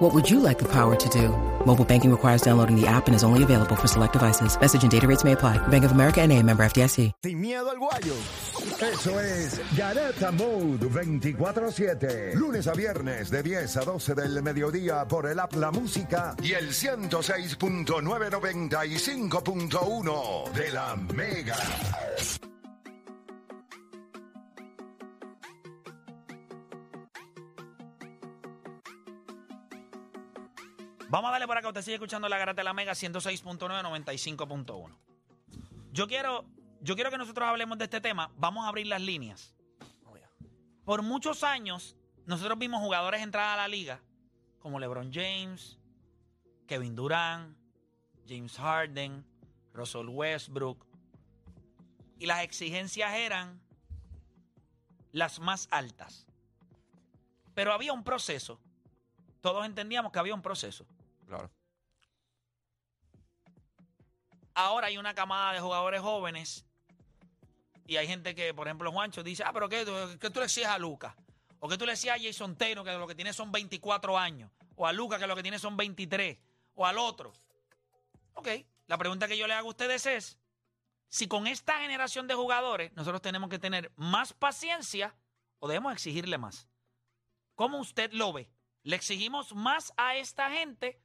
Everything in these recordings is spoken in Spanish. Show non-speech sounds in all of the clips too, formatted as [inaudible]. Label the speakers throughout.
Speaker 1: What would you like the power to do? Mobile banking requires downloading the app and is only available for select devices. Message and data rates may apply. Bank of America and a member FDIC.
Speaker 2: Sin miedo al guayo.
Speaker 3: Eso es Garata Mode 24-7. Lunes a viernes de 10 a 12 del mediodía por el App La Música y el 106.995.1 de la Mega.
Speaker 4: Vamos a darle por acá. Usted sigue escuchando la Garata de la Mega 106.9, 95.1. Yo quiero, yo quiero que nosotros hablemos de este tema. Vamos a abrir las líneas. Por muchos años, nosotros vimos jugadores entrar a la liga como LeBron James, Kevin Durant, James Harden, Russell Westbrook. Y las exigencias eran las más altas. Pero había un proceso. Todos entendíamos que había un proceso.
Speaker 5: Claro.
Speaker 4: ahora hay una camada de jugadores jóvenes y hay gente que, por ejemplo, Juancho dice, ah, pero ¿qué, tú- qué tú le exiges a Lucas? O que tú le exiges a Jason Taylor que lo que tiene son 24 años? O a Lucas que lo que tiene son 23? O al otro. Ok, la pregunta que yo le hago a ustedes es, si con esta generación de jugadores nosotros tenemos que tener más paciencia o debemos exigirle más. ¿Cómo usted lo ve? ¿Le exigimos más a esta gente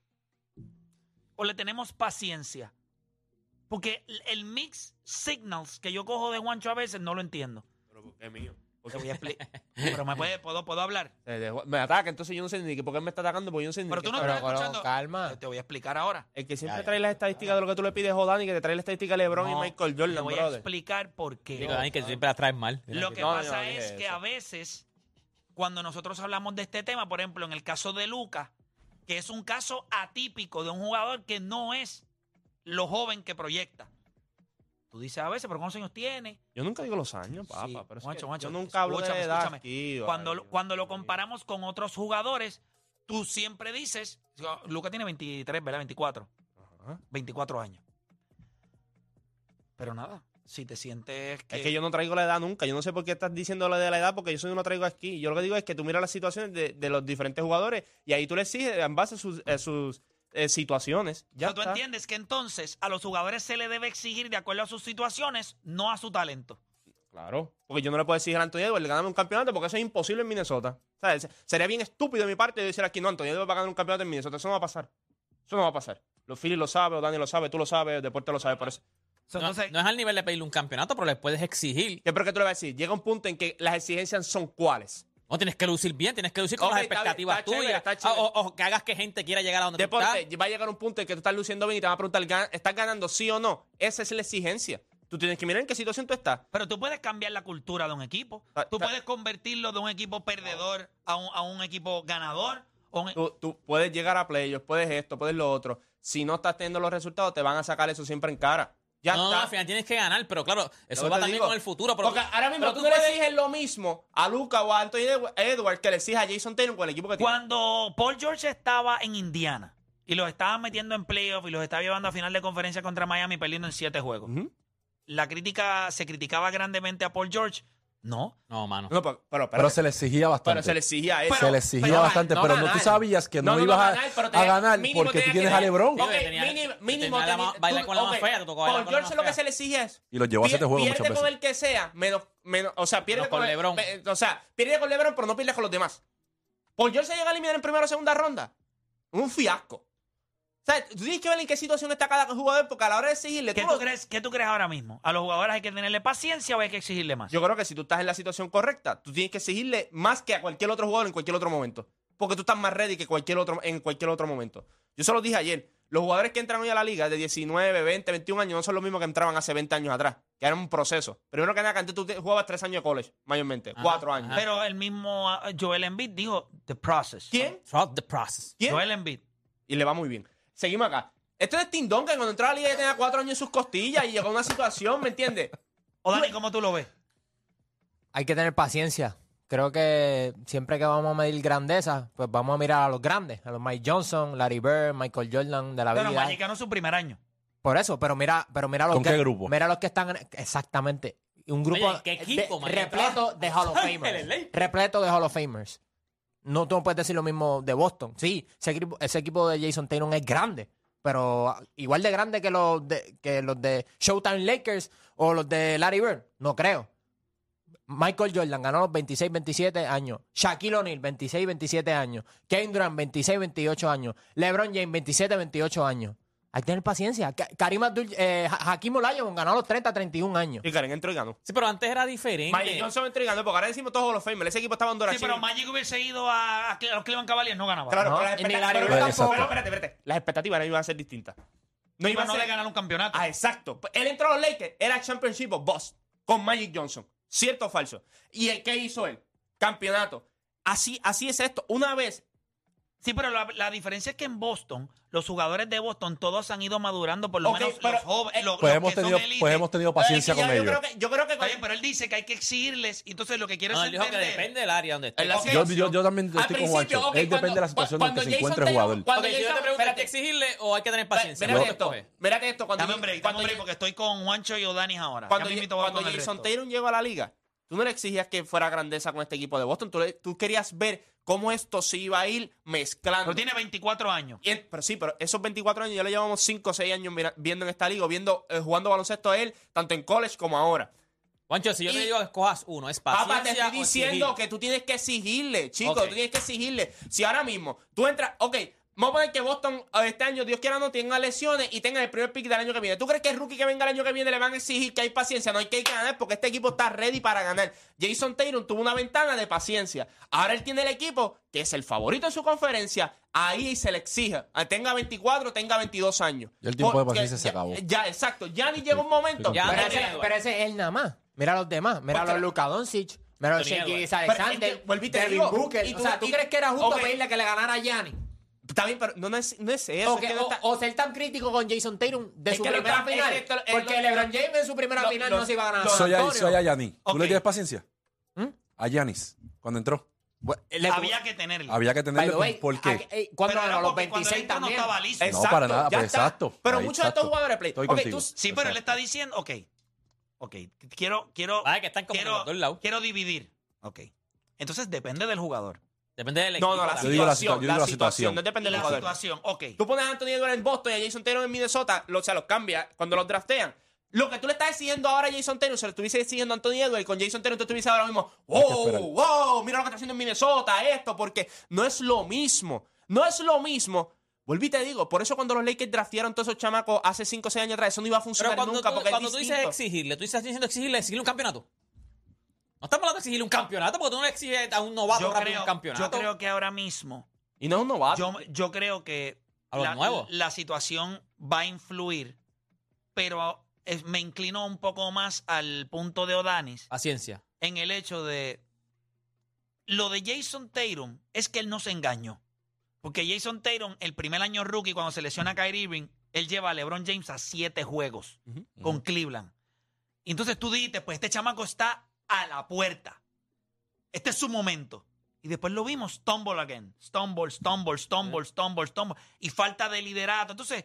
Speaker 4: o le tenemos paciencia? Porque el- el mix signals que yo cojo de Juancho a veces no lo entiendo.
Speaker 5: Es mío.
Speaker 4: Te voy a expli-
Speaker 5: [laughs]
Speaker 4: Pero me puede, puedo, puedo hablar.
Speaker 5: me ataca, entonces yo no sé ni qué- por qué me está atacando, porque yo no sé ni
Speaker 4: Pero
Speaker 5: qué-
Speaker 4: tú no estás escuchando.
Speaker 5: Ah.
Speaker 4: Calma. Te voy a explicar ahora.
Speaker 5: El que siempre trae las estadísticas de lo que tú le pides, Jodan, y que te trae la estadística de LeBron y
Speaker 4: No,
Speaker 5: Michael
Speaker 4: Te
Speaker 5: Jordan,
Speaker 4: voy a
Speaker 5: brother.
Speaker 4: explicar por qué.
Speaker 6: Digo, Dani, que siempre las traes mal.
Speaker 4: Lo que
Speaker 5: No, no,
Speaker 4: pasa
Speaker 5: no dije
Speaker 4: es que
Speaker 5: eso.
Speaker 4: a veces, cuando nosotros hablamos de este tema, por ejemplo, en el caso de Lucas, que es un caso atípico de un jugador que no es lo joven que proyecta. Tú dices a veces, pero ¿cuántos años tiene?
Speaker 5: Yo nunca digo los años, papá,
Speaker 4: Sí,
Speaker 5: pero es
Speaker 4: Juancho,
Speaker 5: que
Speaker 4: Juancho,
Speaker 5: yo nunca hablo
Speaker 4: escúchame,
Speaker 5: de edad
Speaker 4: escúchame.
Speaker 5: aquí,
Speaker 4: cuando,
Speaker 5: vale.
Speaker 4: lo- cuando lo comparamos con otros jugadores, tú siempre dices, Luca tiene 23, ¿verdad? 24.
Speaker 5: Ajá.
Speaker 4: 24 años. Pero nada, si te sientes que...
Speaker 5: Es que yo no traigo la edad nunca. Yo no sé por qué estás diciendo lo de la edad, porque yo eso no lo traigo aquí. Yo lo que digo es que tú miras las situaciones de, de los diferentes jugadores y ahí tú le exiges en base a sus, a sus eh, situaciones.
Speaker 4: O sea,
Speaker 5: Ya
Speaker 4: tú
Speaker 5: está.
Speaker 4: entiendes que entonces a los jugadores se le debe exigir de acuerdo a sus situaciones, no a su talento.
Speaker 5: Claro. Porque yo no le puedo decir a Anthony Edwards, ganame un campeonato, porque eso es imposible en Minnesota. ¿Sabes? Sería bien estúpido de mi parte yo decir aquí, no, Anthony Edwards va a ganar un campeonato en Minnesota. Eso no va a pasar. Eso no va a pasar. Los Phillies lo saben, o Dani lo sabe, tú lo sabes, el deporte lo sabe. Pero, es-
Speaker 4: So,
Speaker 6: no,
Speaker 4: entonces,
Speaker 6: no es al nivel de pedirle un campeonato, pero le puedes exigir.
Speaker 5: ¿Qué, pero que tú le vas a decir? Llega un punto en que las exigencias son cuáles.
Speaker 6: No tienes que lucir bien, tienes que lucir con
Speaker 5: Ok,
Speaker 6: las
Speaker 5: está bien,
Speaker 6: expectativas
Speaker 5: está chévere,
Speaker 6: tuyas. Ah,
Speaker 5: está chévere.
Speaker 6: O, o- o que hagas que gente quiera llegar a donde tú
Speaker 5: Deporte,
Speaker 6: estás.
Speaker 5: va a llegar un punto en que tú estás luciendo bien y te van a preguntar, "¿Gan- ¿estás ganando sí o no? Esa es la exigencia. Tú tienes que mirar en qué situación tú estás.
Speaker 4: pero tú puedes cambiar la cultura de un equipo.
Speaker 5: Ta-
Speaker 4: Tú
Speaker 5: ta-
Speaker 4: puedes convertirlo de un equipo perdedor a un, a un equipo ganador. o un-
Speaker 5: Tú, tú puedes llegar a playoffs, puedes esto, puedes lo otro. Si no estás teniendo los resultados, te van a sacar eso siempre en cara. Ya
Speaker 6: No, no,
Speaker 5: está.
Speaker 6: no, al final tienes que ganar, pero claro, eso
Speaker 5: Lo que
Speaker 6: va
Speaker 5: te
Speaker 6: también
Speaker 5: digo.
Speaker 6: con el futuro. Pero,
Speaker 5: Porque ahora mismo
Speaker 6: pero
Speaker 5: tú, no le
Speaker 6: puedes-
Speaker 5: exiges lo mismo a Luca o a Anthony Edw- Edwards que le exiges a Jason Taylor con el equipo que tiene.
Speaker 4: Cuando Paul George estaba en Indiana y los estaban metiendo en playoff y los estaba llevando a final de conferencia contra Miami perdiendo en siete juegos,
Speaker 5: Ujú.
Speaker 4: la crítica se criticaba grandemente a Paul George. No,
Speaker 6: No, mano.
Speaker 5: No, pero, pero,
Speaker 7: Pero
Speaker 5: espérate.
Speaker 7: se le exigía bastante.
Speaker 5: Pero se le exigía eso.
Speaker 7: Se le exigió
Speaker 5: pero-
Speaker 7: bastante,
Speaker 5: no
Speaker 7: pero no
Speaker 5: ganar.
Speaker 7: tú sabías que no, ibas a- a,
Speaker 5: tenía-
Speaker 7: ganar
Speaker 5: mínimo
Speaker 7: porque tú
Speaker 5: tenía
Speaker 7: tienes
Speaker 5: que
Speaker 7: a
Speaker 5: tener-
Speaker 7: LeBron.
Speaker 5: Ok,
Speaker 6: Tenía-
Speaker 5: mínimo,
Speaker 6: tenía
Speaker 5: mínimo
Speaker 6: la
Speaker 5: tenía-
Speaker 6: ma- bailar
Speaker 5: tú-
Speaker 6: con la más
Speaker 5: ok,
Speaker 6: fea, te tocó bailar
Speaker 5: Paul
Speaker 6: con la
Speaker 5: George
Speaker 6: más
Speaker 5: lo que
Speaker 6: fea.
Speaker 5: se le exige es.
Speaker 7: Y lo llevó a
Speaker 5: pier-
Speaker 7: siete juegos muchas
Speaker 5: Pierde con
Speaker 7: veces.
Speaker 5: el que sea, menos, menos, o sea, pierde
Speaker 6: Menos con
Speaker 5: el-
Speaker 6: LeBron.
Speaker 5: eh, o sea, pierde con LeBron, pero no pierde con los demás. Paul George se llega a eliminar en primera o segunda ronda. Un fiasco. O sea, tú tienes que ver en qué situación está cada jugador, porque a la hora de exigirle.
Speaker 4: ¿Qué
Speaker 5: tú
Speaker 4: tú,
Speaker 5: lo-
Speaker 4: crees, ¿Qué tú crees ahora mismo? ¿A los jugadores hay que tenerle paciencia o hay que exigirle más?
Speaker 5: Yo creo que si tú estás en la situación correcta, tú tienes que exigirle más que a cualquier otro jugador en cualquier otro momento. Porque tú estás más ready que cualquier otro, en cualquier otro momento. Yo se lo dije ayer. Los jugadores que entran hoy a la liga de 19, 20, 21 años no son los mismos que entraban hace 20 años atrás, que era un proceso. Primero que nada, antes tú te- jugabas 3 años de college, mayormente,
Speaker 6: Ajá,
Speaker 5: 4 años.
Speaker 6: ajá.
Speaker 4: Pero el mismo ah, Joel Embiid dijo the process.
Speaker 5: ¿Quién?
Speaker 6: Trust the process.
Speaker 5: ¿Quién?
Speaker 4: Joel Embiid.
Speaker 5: Y le va muy bien. Seguimos acá. Esto es Tim Duncan, cuando entró a la liga ya tenía 4 años en sus costillas y llegó a una situación, ¿me entiendes?
Speaker 4: O Dani, ¿cómo tú lo ves?
Speaker 2: Hay que tener paciencia. Creo que siempre que vamos a medir grandeza, pues vamos a mirar a los grandes, a los Mike Johnson, Larry Bird, Michael Jordan de la
Speaker 4: Pero
Speaker 2: vida.
Speaker 4: Magic ganó su primer año.
Speaker 2: Por eso, pero mira, pero mira los
Speaker 7: ¿Con
Speaker 2: que,
Speaker 7: qué grupo?
Speaker 2: Mira los que están en- exactamente un grupo
Speaker 6: Oye, ¿qué equipo,
Speaker 2: de-
Speaker 6: man?
Speaker 2: repleto de
Speaker 6: [laughs]
Speaker 2: Hall of
Speaker 6: Ángeles,
Speaker 2: Famers,
Speaker 6: Lakers.
Speaker 2: repleto de Hall of Famers. No tú no puedes decir lo mismo de Boston. Sí, ese equipo, ese equipo de Jason Tatum es grande, pero ah, igual de grande que los de, que los de Showtime Lakers o los de Larry Bird, no creo. Michael Jordan ganó los 26, 27 años. Shaquille O'Neal, 26, 27 años. Kevin Durant, 26, 28 años. LeBron James, 27, 28 años. Hay que tener paciencia. Ka- Karim Abdul, eh, Ja- Hakeem Olajuwon ganó a los 30, 31 años.
Speaker 5: Y Karen entró y ganó.
Speaker 6: Sí, pero antes era diferente.
Speaker 5: Magic Johnson entró y ganó, porque ahora decimos todos los famers. Ese equipo estaba en
Speaker 4: Sí, pero Magic hubiese ido a, a Cle- a los Cleveland Cavaliers, no ganaba.
Speaker 5: Claro,
Speaker 2: No,
Speaker 5: pero las
Speaker 2: y ni Larry
Speaker 5: expectativas. Pero,
Speaker 7: Bird
Speaker 5: pero-
Speaker 7: tampoco.
Speaker 5: pero espérate, espérate. Las expectativas no iban a ser distintas.
Speaker 4: Iba
Speaker 5: No iban
Speaker 4: no
Speaker 5: a
Speaker 4: le
Speaker 5: ser.
Speaker 4: ganar un campeonato.
Speaker 5: Ah, exacto. Él entró a los Lakers, era Championship of Boss con Magic Johnson. ¿Cierto o falso? ¿Y el qué hizo él? Campeonato. Así, así es esto. Una vez
Speaker 4: Sí, pero la, la diferencia es que en Boston, los jugadores de Boston todos han ido madurando, por lo
Speaker 5: Ok,
Speaker 4: menos
Speaker 5: pero-
Speaker 4: los jóvenes,
Speaker 5: eh,
Speaker 4: los,
Speaker 7: Pues
Speaker 4: los
Speaker 7: hemos
Speaker 4: que
Speaker 7: tenido,
Speaker 4: son élite.
Speaker 7: pues hemos tenido paciencia
Speaker 5: Ay, Eh, ya,
Speaker 7: con
Speaker 5: yo
Speaker 7: ellos.
Speaker 5: Creo que, yo creo que
Speaker 4: Está bien, pero él dice que hay que exigirles, y entonces lo que quiero
Speaker 6: No,
Speaker 4: es
Speaker 6: él dijo que
Speaker 4: entender-
Speaker 6: depende del área donde esté.
Speaker 5: Él la-
Speaker 6: Ok,
Speaker 5: que-
Speaker 7: Yo, yo- yo también
Speaker 5: Al
Speaker 7: estoy con
Speaker 5: principio,
Speaker 7: Juancho.
Speaker 5: ok,
Speaker 7: Él depende
Speaker 5: cuando-
Speaker 7: de la situación
Speaker 5: cu-
Speaker 7: en que
Speaker 5: cuando
Speaker 7: se encuentre el
Speaker 5: Jason
Speaker 7: jugador.
Speaker 5: Tatum- cuando
Speaker 6: si yo
Speaker 5: Jason-
Speaker 6: te pregunto, ¿hay
Speaker 5: espérate,
Speaker 6: que exigirle o hay que tener paciencia?
Speaker 5: Mírate
Speaker 7: Yo-
Speaker 5: esto, mírate esto. Cuando,
Speaker 4: Dame un break, dame
Speaker 5: cuando-
Speaker 4: un break, porque estoy con Juancho y O'Danis ahora.
Speaker 5: cuando,
Speaker 4: Ya
Speaker 5: Ye-
Speaker 4: mismito voy
Speaker 5: cuando
Speaker 4: con el
Speaker 5: Jason
Speaker 4: resto.
Speaker 5: Taylor llegó a la liga, tú no le exigías que fuera grandeza con este equipo de Boston. Tú, le- tú querías ver cómo esto se iba a ir mezclando.
Speaker 4: Pero tiene 24 años.
Speaker 5: Y él- pero sí, pero esos 24 años ya le llevamos 5 o 6 años mira- viendo en esta liga, viendo, eh, jugando baloncesto a él, tanto en college como ahora.
Speaker 6: Juancho, si yo te
Speaker 5: Y-
Speaker 6: digo que escojas uno, es paciencia
Speaker 5: Papá, te
Speaker 6: o
Speaker 5: estoy
Speaker 6: exigir.
Speaker 5: diciendo que tú tienes que exigirle, chico,
Speaker 6: Ok.
Speaker 5: tú tienes que exigirle. Si ahora mismo tú entras, ok, vamos a poner que Boston eh, este año, Dios quiera, no tenga lesiones y tenga el primer pick del año que viene. ¿Tú crees que el rookie que venga el año que viene le van a exigir que hay paciencia? No hay que ganar porque este equipo está ready para ganar. Jason Taylor tuvo una ventana de paciencia. Ahora él tiene el equipo que es el favorito en su conferencia. Ahí se le exige, ah, tenga 24, tenga 22 años.
Speaker 7: Ya el tiempo de
Speaker 5: Porque
Speaker 7: paciencia se
Speaker 5: ya-
Speaker 7: acabó.
Speaker 5: Ya, exacto. Ya ni llega un momento.
Speaker 6: Ya,
Speaker 2: Pero
Speaker 6: Anthony
Speaker 2: ese,
Speaker 6: Edwards.
Speaker 2: pero ese es él nada más. Mira a los demás. Mira a
Speaker 5: Porque-
Speaker 2: los Luka Doncic. Mira a los
Speaker 6: Anthony
Speaker 2: Shakir
Speaker 6: Edwards.
Speaker 2: Alexander.
Speaker 5: Pero es que, volví, te
Speaker 2: Devin
Speaker 5: digo,
Speaker 2: Booker.
Speaker 5: y tú-
Speaker 2: o sea, ¿tú
Speaker 5: y-
Speaker 2: crees que era justo
Speaker 5: ok.
Speaker 2: pedirle que le ganara a Gianni?
Speaker 5: Está bien, pero no, no es, no es eso.
Speaker 2: O,
Speaker 5: es que
Speaker 2: que-
Speaker 5: no
Speaker 2: o-
Speaker 5: está-
Speaker 2: o ser tan crítico con Jason Tatum de
Speaker 5: Es
Speaker 2: su
Speaker 5: que lo
Speaker 2: primera
Speaker 5: está- es
Speaker 2: final.
Speaker 5: que esto- es
Speaker 2: porque
Speaker 5: lo-
Speaker 2: LeBron James en su primera
Speaker 5: lo-
Speaker 2: final
Speaker 5: lo-
Speaker 2: no se iba a ganar.
Speaker 5: lo-
Speaker 2: a
Speaker 7: Soy
Speaker 2: San
Speaker 7: a,
Speaker 2: Antonio.
Speaker 7: soy a Giannis. ¿Tú
Speaker 4: Ok.
Speaker 7: le tienes paciencia?
Speaker 2: ¿Mm?
Speaker 7: A Yanis, cuando entró.
Speaker 2: Bueno, le-
Speaker 4: Había que tenerlo.
Speaker 7: Había que
Speaker 2: By
Speaker 7: tenerle
Speaker 2: the way,
Speaker 7: por qué.
Speaker 2: aquí- eh, ¿Cuándo
Speaker 4: Pero era
Speaker 2: ganó? Los
Speaker 4: porque cuando
Speaker 2: 26
Speaker 4: él entró
Speaker 2: también.
Speaker 4: No estaba listo.
Speaker 7: No, para nada,
Speaker 5: ya
Speaker 7: pues,
Speaker 5: está.
Speaker 7: exacto.
Speaker 5: Pero
Speaker 7: Ahí,
Speaker 5: muchos de
Speaker 7: exacto.
Speaker 5: estos jugadores play.
Speaker 7: Estoy
Speaker 5: ok,
Speaker 7: contigo.
Speaker 5: tú-
Speaker 4: Sí, pero él
Speaker 7: Exacto.
Speaker 4: está diciendo, ok, ok, quiero, quiero,
Speaker 6: Ah, que están como
Speaker 4: quiero,
Speaker 6: de los dos lados.
Speaker 4: quiero dividir. Ok. Entonces depende del jugador.
Speaker 6: Depende del equipo.
Speaker 5: no, no, la
Speaker 6: también.
Speaker 7: digo la
Speaker 5: situación.
Speaker 7: situa- yo digo
Speaker 5: la
Speaker 7: la
Speaker 5: situación.
Speaker 7: situación.
Speaker 5: No depende del
Speaker 4: la
Speaker 5: jugador.
Speaker 4: situación, ok.
Speaker 5: Tú pones a Anthony Edwards en Boston y a Jason Taylor en Minnesota, lo- o sea, los cambia cuando los draftean. Lo que tú le estás exigiendo ahora a Jason Taylor, se lo estuviese exigiendo a Anthony Edwards y con Jason Taylor tú estuviese ahora mismo,
Speaker 7: Hay que
Speaker 5: wow,
Speaker 7: esperar.
Speaker 5: wow, mira lo que está haciendo en Minnesota, esto, porque no es lo mismo. No es lo mismo. Volví y te digo, por eso cuando los Lakers draftearon todos esos chamacos hace 5 o 6 años atrás, eso no iba a
Speaker 6: Pero
Speaker 5: funcionar
Speaker 6: cuando,
Speaker 5: nunca
Speaker 6: tú,
Speaker 5: porque
Speaker 6: cuando
Speaker 5: es
Speaker 6: tú
Speaker 5: distinto.
Speaker 6: dices exigirle, tú estás diciendo exigirle, exigirle un campeonato. No estamos hablando de exigirle un campeonato porque tú no le exiges a un novato
Speaker 4: yo,
Speaker 6: rápido
Speaker 4: creo,
Speaker 6: un campeonato.
Speaker 4: yo creo que ahora mismo,
Speaker 5: y no es un novato.
Speaker 4: yo, yo creo que
Speaker 6: A los nuevos.
Speaker 4: la situación va a influir, pero es- me inclino un poco más al punto de Odanis
Speaker 6: Paciencia.
Speaker 4: en el hecho de lo de Jason Tatum es que él no se engañó. Porque Jason Tatum, el primer año rookie, cuando se lesiona a Kyrie Irving, él lleva a LeBron James a siete juegos con Cleveland. Y entonces tú dijiste, pues este chamaco está a la puerta. Este es su momento. Y después lo vimos, stumble again. Stumble, stumble, stumble, stumble, stumble. Y falta de liderato. Entonces,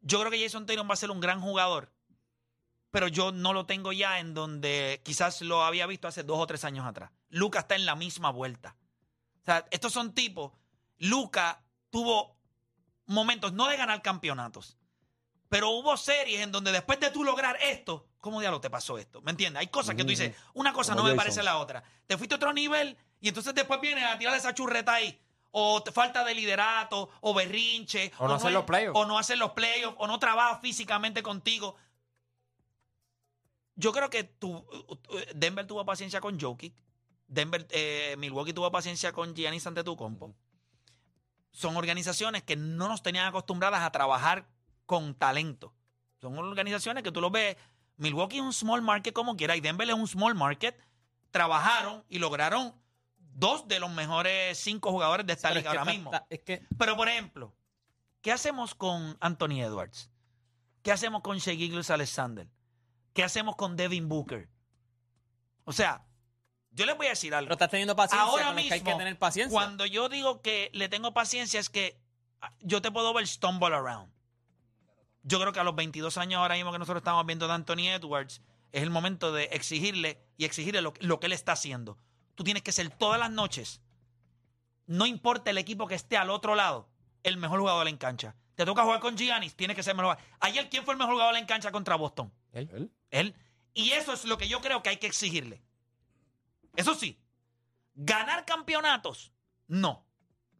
Speaker 4: yo creo que Jason Tatum va a ser un gran jugador. Pero yo no lo tengo ya en donde quizás lo había visto hace dos o tres años atrás. Luca está en la misma vuelta. O sea, estos son tipos. Luca tuvo momentos, no de ganar campeonatos, pero hubo series en donde después de tú lograr esto, ¿cómo diablo te pasó esto? ¿Me entiendes? Hay cosas que tú dices,
Speaker 2: Mm.
Speaker 4: una cosa
Speaker 7: Como
Speaker 4: no me
Speaker 7: Jason.
Speaker 4: parece a la otra. Te fuiste a otro nivel y entonces después vienes a tirar esa churreta ahí. O te- falta de liderato, o berrinche.
Speaker 2: O no hacer
Speaker 4: es-
Speaker 2: los playoffs.
Speaker 4: O no hacer los playoffs, o no trabaja físicamente contigo. Yo creo que tu- eh, Denver tuvo paciencia con Jokic. Denver, eh, Milwaukee tuvo paciencia con Giannis Antetokounmpo. Son organizaciones que no nos tenían acostumbradas a trabajar con talento. Son organizaciones que tú los ves. Milwaukee es un small market como quiera y Denver es un small market. Trabajaron y lograron dos de los mejores cinco jugadores de esta
Speaker 6: Pero es
Speaker 4: liga
Speaker 6: que
Speaker 4: ahora
Speaker 6: está-
Speaker 4: mismo.
Speaker 6: está- es que
Speaker 4: Pero, por ejemplo, ¿qué hacemos con Anthony Edwards? ¿Qué hacemos con Shea Gilgeous Alexander? ¿Qué hacemos con Devin Booker? O sea, yo les voy a decir algo.
Speaker 6: Pero estás teniendo paciencia.
Speaker 4: Ahora
Speaker 6: con los que
Speaker 4: mismo,
Speaker 6: hay que tener paciencia.
Speaker 4: cuando yo digo que le tengo paciencia es que ah, yo te puedo ver stumble around. Yo creo que a los 22 años ahora mismo que nosotros estamos viendo de Anthony Edwards, es el momento de exigirle y exigirle lo, lo que él está haciendo. Tú tienes que ser todas las noches, no importa el equipo que esté al otro lado, el mejor jugador en cancha. Te toca jugar con Giannis, tienes que ser el mejor. jugador. Ayer, ¿quién fue el mejor jugador en cancha contra Boston?
Speaker 2: Él.
Speaker 4: Él. Y eso es lo que yo creo que hay que exigirle. Eso sí, ganar campeonatos, no.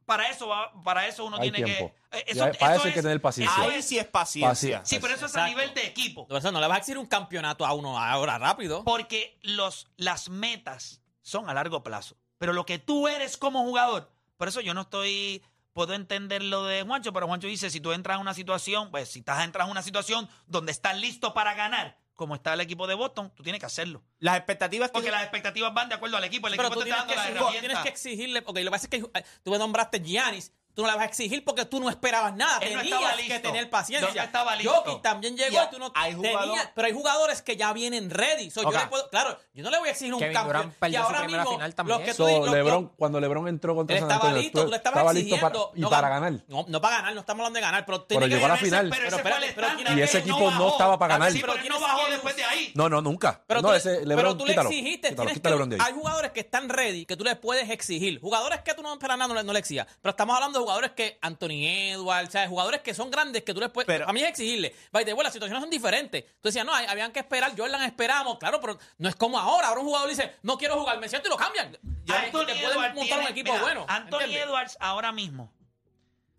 Speaker 4: Para eso, va- para eso uno
Speaker 7: Hay
Speaker 4: tiene
Speaker 7: tiempo.
Speaker 4: que. eh,
Speaker 7: Ya, para eso hay que tener paciencia.
Speaker 4: eso
Speaker 5: Ahí
Speaker 4: es-
Speaker 5: sí es paciencia.
Speaker 7: Paci-
Speaker 4: sí, pero eso es a
Speaker 6: Exacto.
Speaker 4: nivel de equipo.
Speaker 6: Por eso no le vas a exigir un campeonato a uno ahora rápido.
Speaker 4: Porque los, las metas son a largo plazo. Pero lo que tú eres como jugador, por eso yo no estoy. Puedo entender lo de Juancho, pero Juancho dice: si tú entras en una situación, pues si estás entras en una situación donde estás listo para ganar, como está el equipo de Boston, tú tienes que hacerlo.
Speaker 5: Las expectativas que
Speaker 4: Porque las expectativas van de acuerdo al equipo. El
Speaker 6: pero
Speaker 4: equipo
Speaker 6: tú
Speaker 4: te está dando
Speaker 6: tienes, que
Speaker 4: la
Speaker 6: exigir- tú tienes
Speaker 4: herramienta.
Speaker 6: que exigirle. Ok, lo que pasa es que eh, tú me nombraste Giannis. Tú no le vas a exigir porque tú no esperabas nada.
Speaker 4: Él no
Speaker 6: Tenías
Speaker 4: estaba
Speaker 6: que
Speaker 4: listo.
Speaker 6: tener paciencia.
Speaker 4: No estaba listo.
Speaker 6: Jokic también llegó.
Speaker 5: Ya,
Speaker 6: y tú no
Speaker 5: hay
Speaker 6: tenías-
Speaker 5: jugador-
Speaker 6: pero hay jugadores que ya vienen ready. So,
Speaker 2: Ok.
Speaker 6: yo le puedo- claro, yo no le voy a exigir un
Speaker 2: Kevin
Speaker 6: cambio.
Speaker 2: Durant perdió
Speaker 6: y
Speaker 2: su
Speaker 6: ahora
Speaker 2: primera
Speaker 6: mismo,
Speaker 2: final también.
Speaker 6: los que tú-
Speaker 7: So,
Speaker 6: los-
Speaker 7: LeBron, cuando LeBron entró contra
Speaker 6: Él
Speaker 7: San
Speaker 6: estaba
Speaker 7: Antonio,
Speaker 6: listo, tú le estabas
Speaker 7: estaba listo
Speaker 6: exigiendo.
Speaker 7: para, y
Speaker 6: no,
Speaker 7: para
Speaker 6: gan-
Speaker 7: ganar.
Speaker 6: No, no para ganar, no estamos hablando de ganar, pero tú tienes
Speaker 7: Pero
Speaker 6: que
Speaker 7: llegó a la
Speaker 6: ganar.
Speaker 4: Pero ese-
Speaker 7: final.
Speaker 4: Pero ese
Speaker 6: Pero
Speaker 4: fue el
Speaker 6: espérate, pero
Speaker 4: estándar.
Speaker 6: tiene-
Speaker 7: Y ese
Speaker 4: Él
Speaker 7: equipo
Speaker 4: bajó.
Speaker 7: no estaba para ganar.
Speaker 4: Sí, pero él no
Speaker 6: Tienes
Speaker 4: bajó
Speaker 6: que-
Speaker 4: después de ahí.
Speaker 7: No, no, nunca.
Speaker 6: Pero,
Speaker 7: no,
Speaker 6: tú,
Speaker 7: ese
Speaker 6: pero
Speaker 7: LeBron,
Speaker 6: tú le
Speaker 7: quítalo.
Speaker 6: exigiste.
Speaker 7: quítalo,
Speaker 6: tienes
Speaker 7: quita LeBron de
Speaker 6: que,
Speaker 7: ahí.
Speaker 6: hay jugadores que están ready que tú les puedes exigir. Jugadores que tú no esperas nada, no, le- no le exijas. Pero estamos hablando de jugadores que Anthony Edwards, ¿sabes? jugadores que son grandes que tú les puedes.
Speaker 5: Pero-
Speaker 6: a mí es exigirle. By the way, las situaciones son diferentes. Tú decías, no, hay- habían que esperar. Jordan esperamos, claro, pero no es como ahora. Ahora un jugador dice, no quiero jugar, me siento y lo cambian. Ya te
Speaker 4: Anthony
Speaker 6: pueden
Speaker 4: Edwards
Speaker 6: montar un
Speaker 4: tiene-
Speaker 6: equipo
Speaker 4: mira,
Speaker 6: bueno.
Speaker 4: Anthony
Speaker 6: ¿entiendes?
Speaker 4: Edwards ahora mismo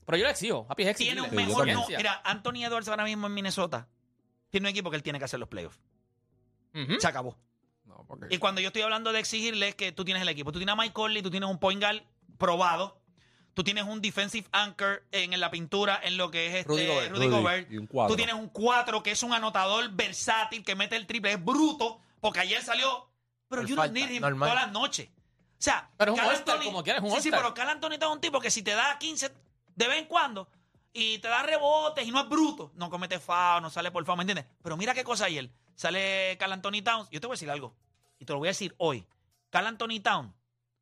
Speaker 6: Pero yo le exijo. Papi, es
Speaker 4: tiene
Speaker 6: exigirle.
Speaker 4: un
Speaker 7: Sí, yo
Speaker 4: mejor.
Speaker 7: también.
Speaker 4: No, mira, Anthony Edwards ahora mismo en Minnesota tiene un equipo que él tiene que hacer los playoffs.
Speaker 6: Ujú.
Speaker 4: Se acabó.
Speaker 7: No, porque-
Speaker 4: Y cuando yo estoy hablando de exigirle es que tú tienes el equipo. Tú tienes a Mike Conley, tú tienes un point guard probado. Tú tienes un defensive anchor en, en la pintura, en lo que es este,
Speaker 6: Rudy Gobert.
Speaker 4: Rudy
Speaker 7: Rudy,
Speaker 4: Gobert.
Speaker 7: y un cuatro.
Speaker 4: Tú tienes un 4 que es un anotador versátil que mete el triple. Es bruto, porque ayer salió. Pero
Speaker 2: Por
Speaker 4: yo no
Speaker 2: falta,
Speaker 4: need him
Speaker 2: normal.
Speaker 4: todas las noches. O sea,
Speaker 6: Pero es un
Speaker 4: Karl
Speaker 6: All-Star,
Speaker 4: Anthony-
Speaker 6: como quieras, es un
Speaker 4: Sí, sí,
Speaker 6: All-Star.
Speaker 4: pero Carl Anthony es un tipo que si te da 15 de vez en cuando y te da rebotes y no es bruto, no comete foul, no sale por foul, ¿me entiendes? Pero mira qué cosa ayer. Sale Carl Anthony Towns. Yo te voy a decir algo. Y te lo voy a decir hoy. Carl Anthony Towns,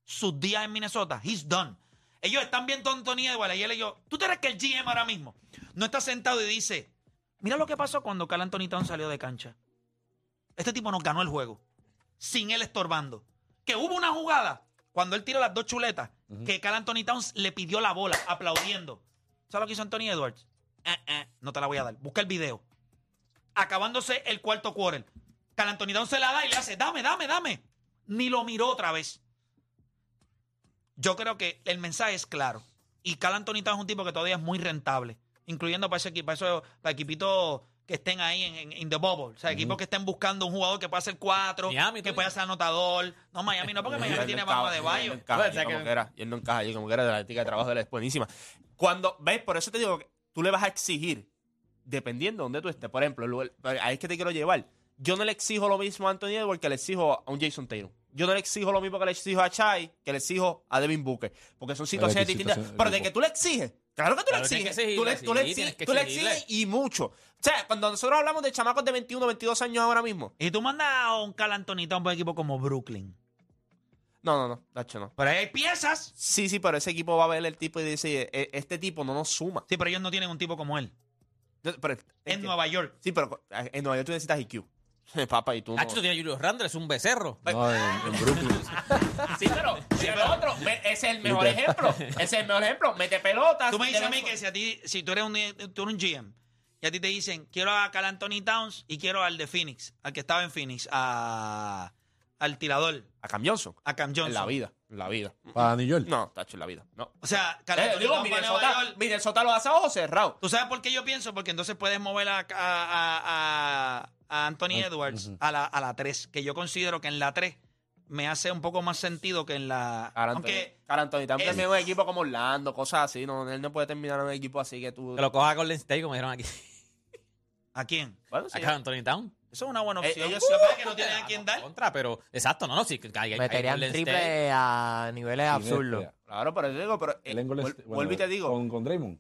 Speaker 4: sus días en Minnesota, he's done. Ellos están viendo a Anthony Edwards. Ayer ellos. ¿Tú te crees que el GM ahora mismo no está sentado y dice: Mira lo que pasó cuando Carl Anthony Towns salió de cancha? Este tipo nos ganó el juego. Sin él estorbando. Que hubo una jugada cuando él tiró las dos chuletas. Que Carl Anthony Towns le pidió la bola aplaudiendo. ¿Sabes lo que hizo Anthony Edwards? Eh, eh, no te la voy a dar. Busca el video. Acabándose el cuarto quarter. Carl Anthony Towns se la da y le hace, dame, dame, dame. Ni lo miró otra vez. Yo creo que el mensaje es claro. Y Cal Anthony Towns es un tipo que todavía es muy rentable, incluyendo para ese equipo, para esos- para equipitos que estén ahí en, en- in the bubble. O sea, equipos que estén buscando un jugador que pueda ser cuatro,
Speaker 6: Miami,
Speaker 4: que
Speaker 6: tú
Speaker 4: pueda
Speaker 6: dices.
Speaker 4: ser anotador. No, Miami no, porque
Speaker 5: Él
Speaker 4: Miami
Speaker 5: no
Speaker 4: tiene a
Speaker 5: encaja,
Speaker 4: Bama de
Speaker 5: él
Speaker 4: Bayo.
Speaker 5: no encaja
Speaker 6: Bueno,
Speaker 5: allí
Speaker 6: o sea
Speaker 5: como
Speaker 6: que-
Speaker 5: quiera, y él no encaja allí como que era de la ética de trabajo de él es buenísima. Cuando, ¿ves? Por eso te digo que tú le vas a exigir, dependiendo de dónde tú estés. Por ejemplo, el lugar- ahí es que te quiero llevar. Yo no le exijo lo mismo a Anthony Edwards que le exijo a un Jason Taylor. Yo no le exijo lo mismo que le exijo a Chai, que le exijo a Devin Booker. Porque son situaciones
Speaker 7: Hay aquí
Speaker 5: distintas.
Speaker 7: situaciones,
Speaker 5: pero de
Speaker 7: tipo.
Speaker 5: que tú le exiges. Claro que tú
Speaker 6: Claro,
Speaker 5: le
Speaker 6: tienes
Speaker 5: exiges.
Speaker 6: que
Speaker 5: tú le, tú
Speaker 6: exigirle,
Speaker 5: le
Speaker 6: sí,
Speaker 5: exiges,
Speaker 6: tienes que
Speaker 5: tú le
Speaker 6: exigirle.
Speaker 5: exiges y mucho. O sea, cuando nosotros hablamos de chamacos de 21, 22 años ahora mismo.
Speaker 4: Y tú mandas a un Cal Anthony Towns para un equipo como Brooklyn.
Speaker 5: No, no, no, Nacho, no.
Speaker 4: Pero ahí hay piezas.
Speaker 5: Sí, sí, pero ese equipo va a ver el tipo y dice, "E- este tipo no nos suma.
Speaker 4: Sí, pero ellos no tienen un tipo como él.
Speaker 5: No, Pero,
Speaker 4: En Nueva York.
Speaker 5: Sí, pero en Nueva York tú necesitas IQ. [laughs] Papá, y tú no.
Speaker 6: Nacho, tú tienes a Julio Randle, es un becerro.
Speaker 7: No, en, en Brooklyn.
Speaker 5: Sí, pero, [laughs] sí, pero otro, ve, ese es el mejor ejemplo. Ese es el mejor ejemplo. Mete pelotas.
Speaker 4: Tú me dices a
Speaker 5: debe-
Speaker 4: mí que si a ti, si tú eres un, tú eres un GM y a ti te dicen, quiero a Cal Anthony Towns y quiero al de Phoenix, al que estaba en Phoenix, a, al tirador,
Speaker 5: A Cam Johnson.
Speaker 4: a Cam Johnson.
Speaker 5: En la vida. En la vida.
Speaker 7: Para New York.
Speaker 5: No, Tacho, en la vida. No.
Speaker 4: O sea, Cal
Speaker 5: Eh,
Speaker 4: Anthony
Speaker 5: digo,
Speaker 4: Towns va a Nueva
Speaker 5: Minnesota,
Speaker 4: York.
Speaker 5: Minnesota lo hace a ojo cerrado.
Speaker 4: ¿Tú sabes por qué yo pienso? Porque entonces puedes mover a, a- a- a- a Anthony Edwards a, la, a la 3, que yo considero que en la 3 me hace un poco más sentido que en la...
Speaker 5: Cara
Speaker 4: aunque
Speaker 5: Anthony también
Speaker 4: es-
Speaker 5: es un equipo como Orlando, cosas así. No, él no puede terminar en un equipo así que tú.
Speaker 6: Que lo coja Golden State, como dijeron aquí.
Speaker 4: ¿A quién?
Speaker 5: Bueno, sí.
Speaker 6: Acá Anthony Town.
Speaker 4: Eso es una buena
Speaker 5: Eh,
Speaker 4: opción.
Speaker 5: ellos-
Speaker 4: Lo que pasa es que no tienen a
Speaker 6: Ah,
Speaker 4: quién
Speaker 6: no,
Speaker 4: dar.
Speaker 6: Contra, pero exacto, no, no, sí. que Hay, hay-
Speaker 2: Meterían
Speaker 6: Golden
Speaker 2: triple
Speaker 6: State.
Speaker 2: a niveles absurdos.
Speaker 5: Claro, pero yo digo, pero. eh,
Speaker 7: este, El Golden
Speaker 5: vuel-
Speaker 7: State-
Speaker 5: vuelvo y te
Speaker 7: bueno,
Speaker 5: digo.
Speaker 7: Con, con Draymond.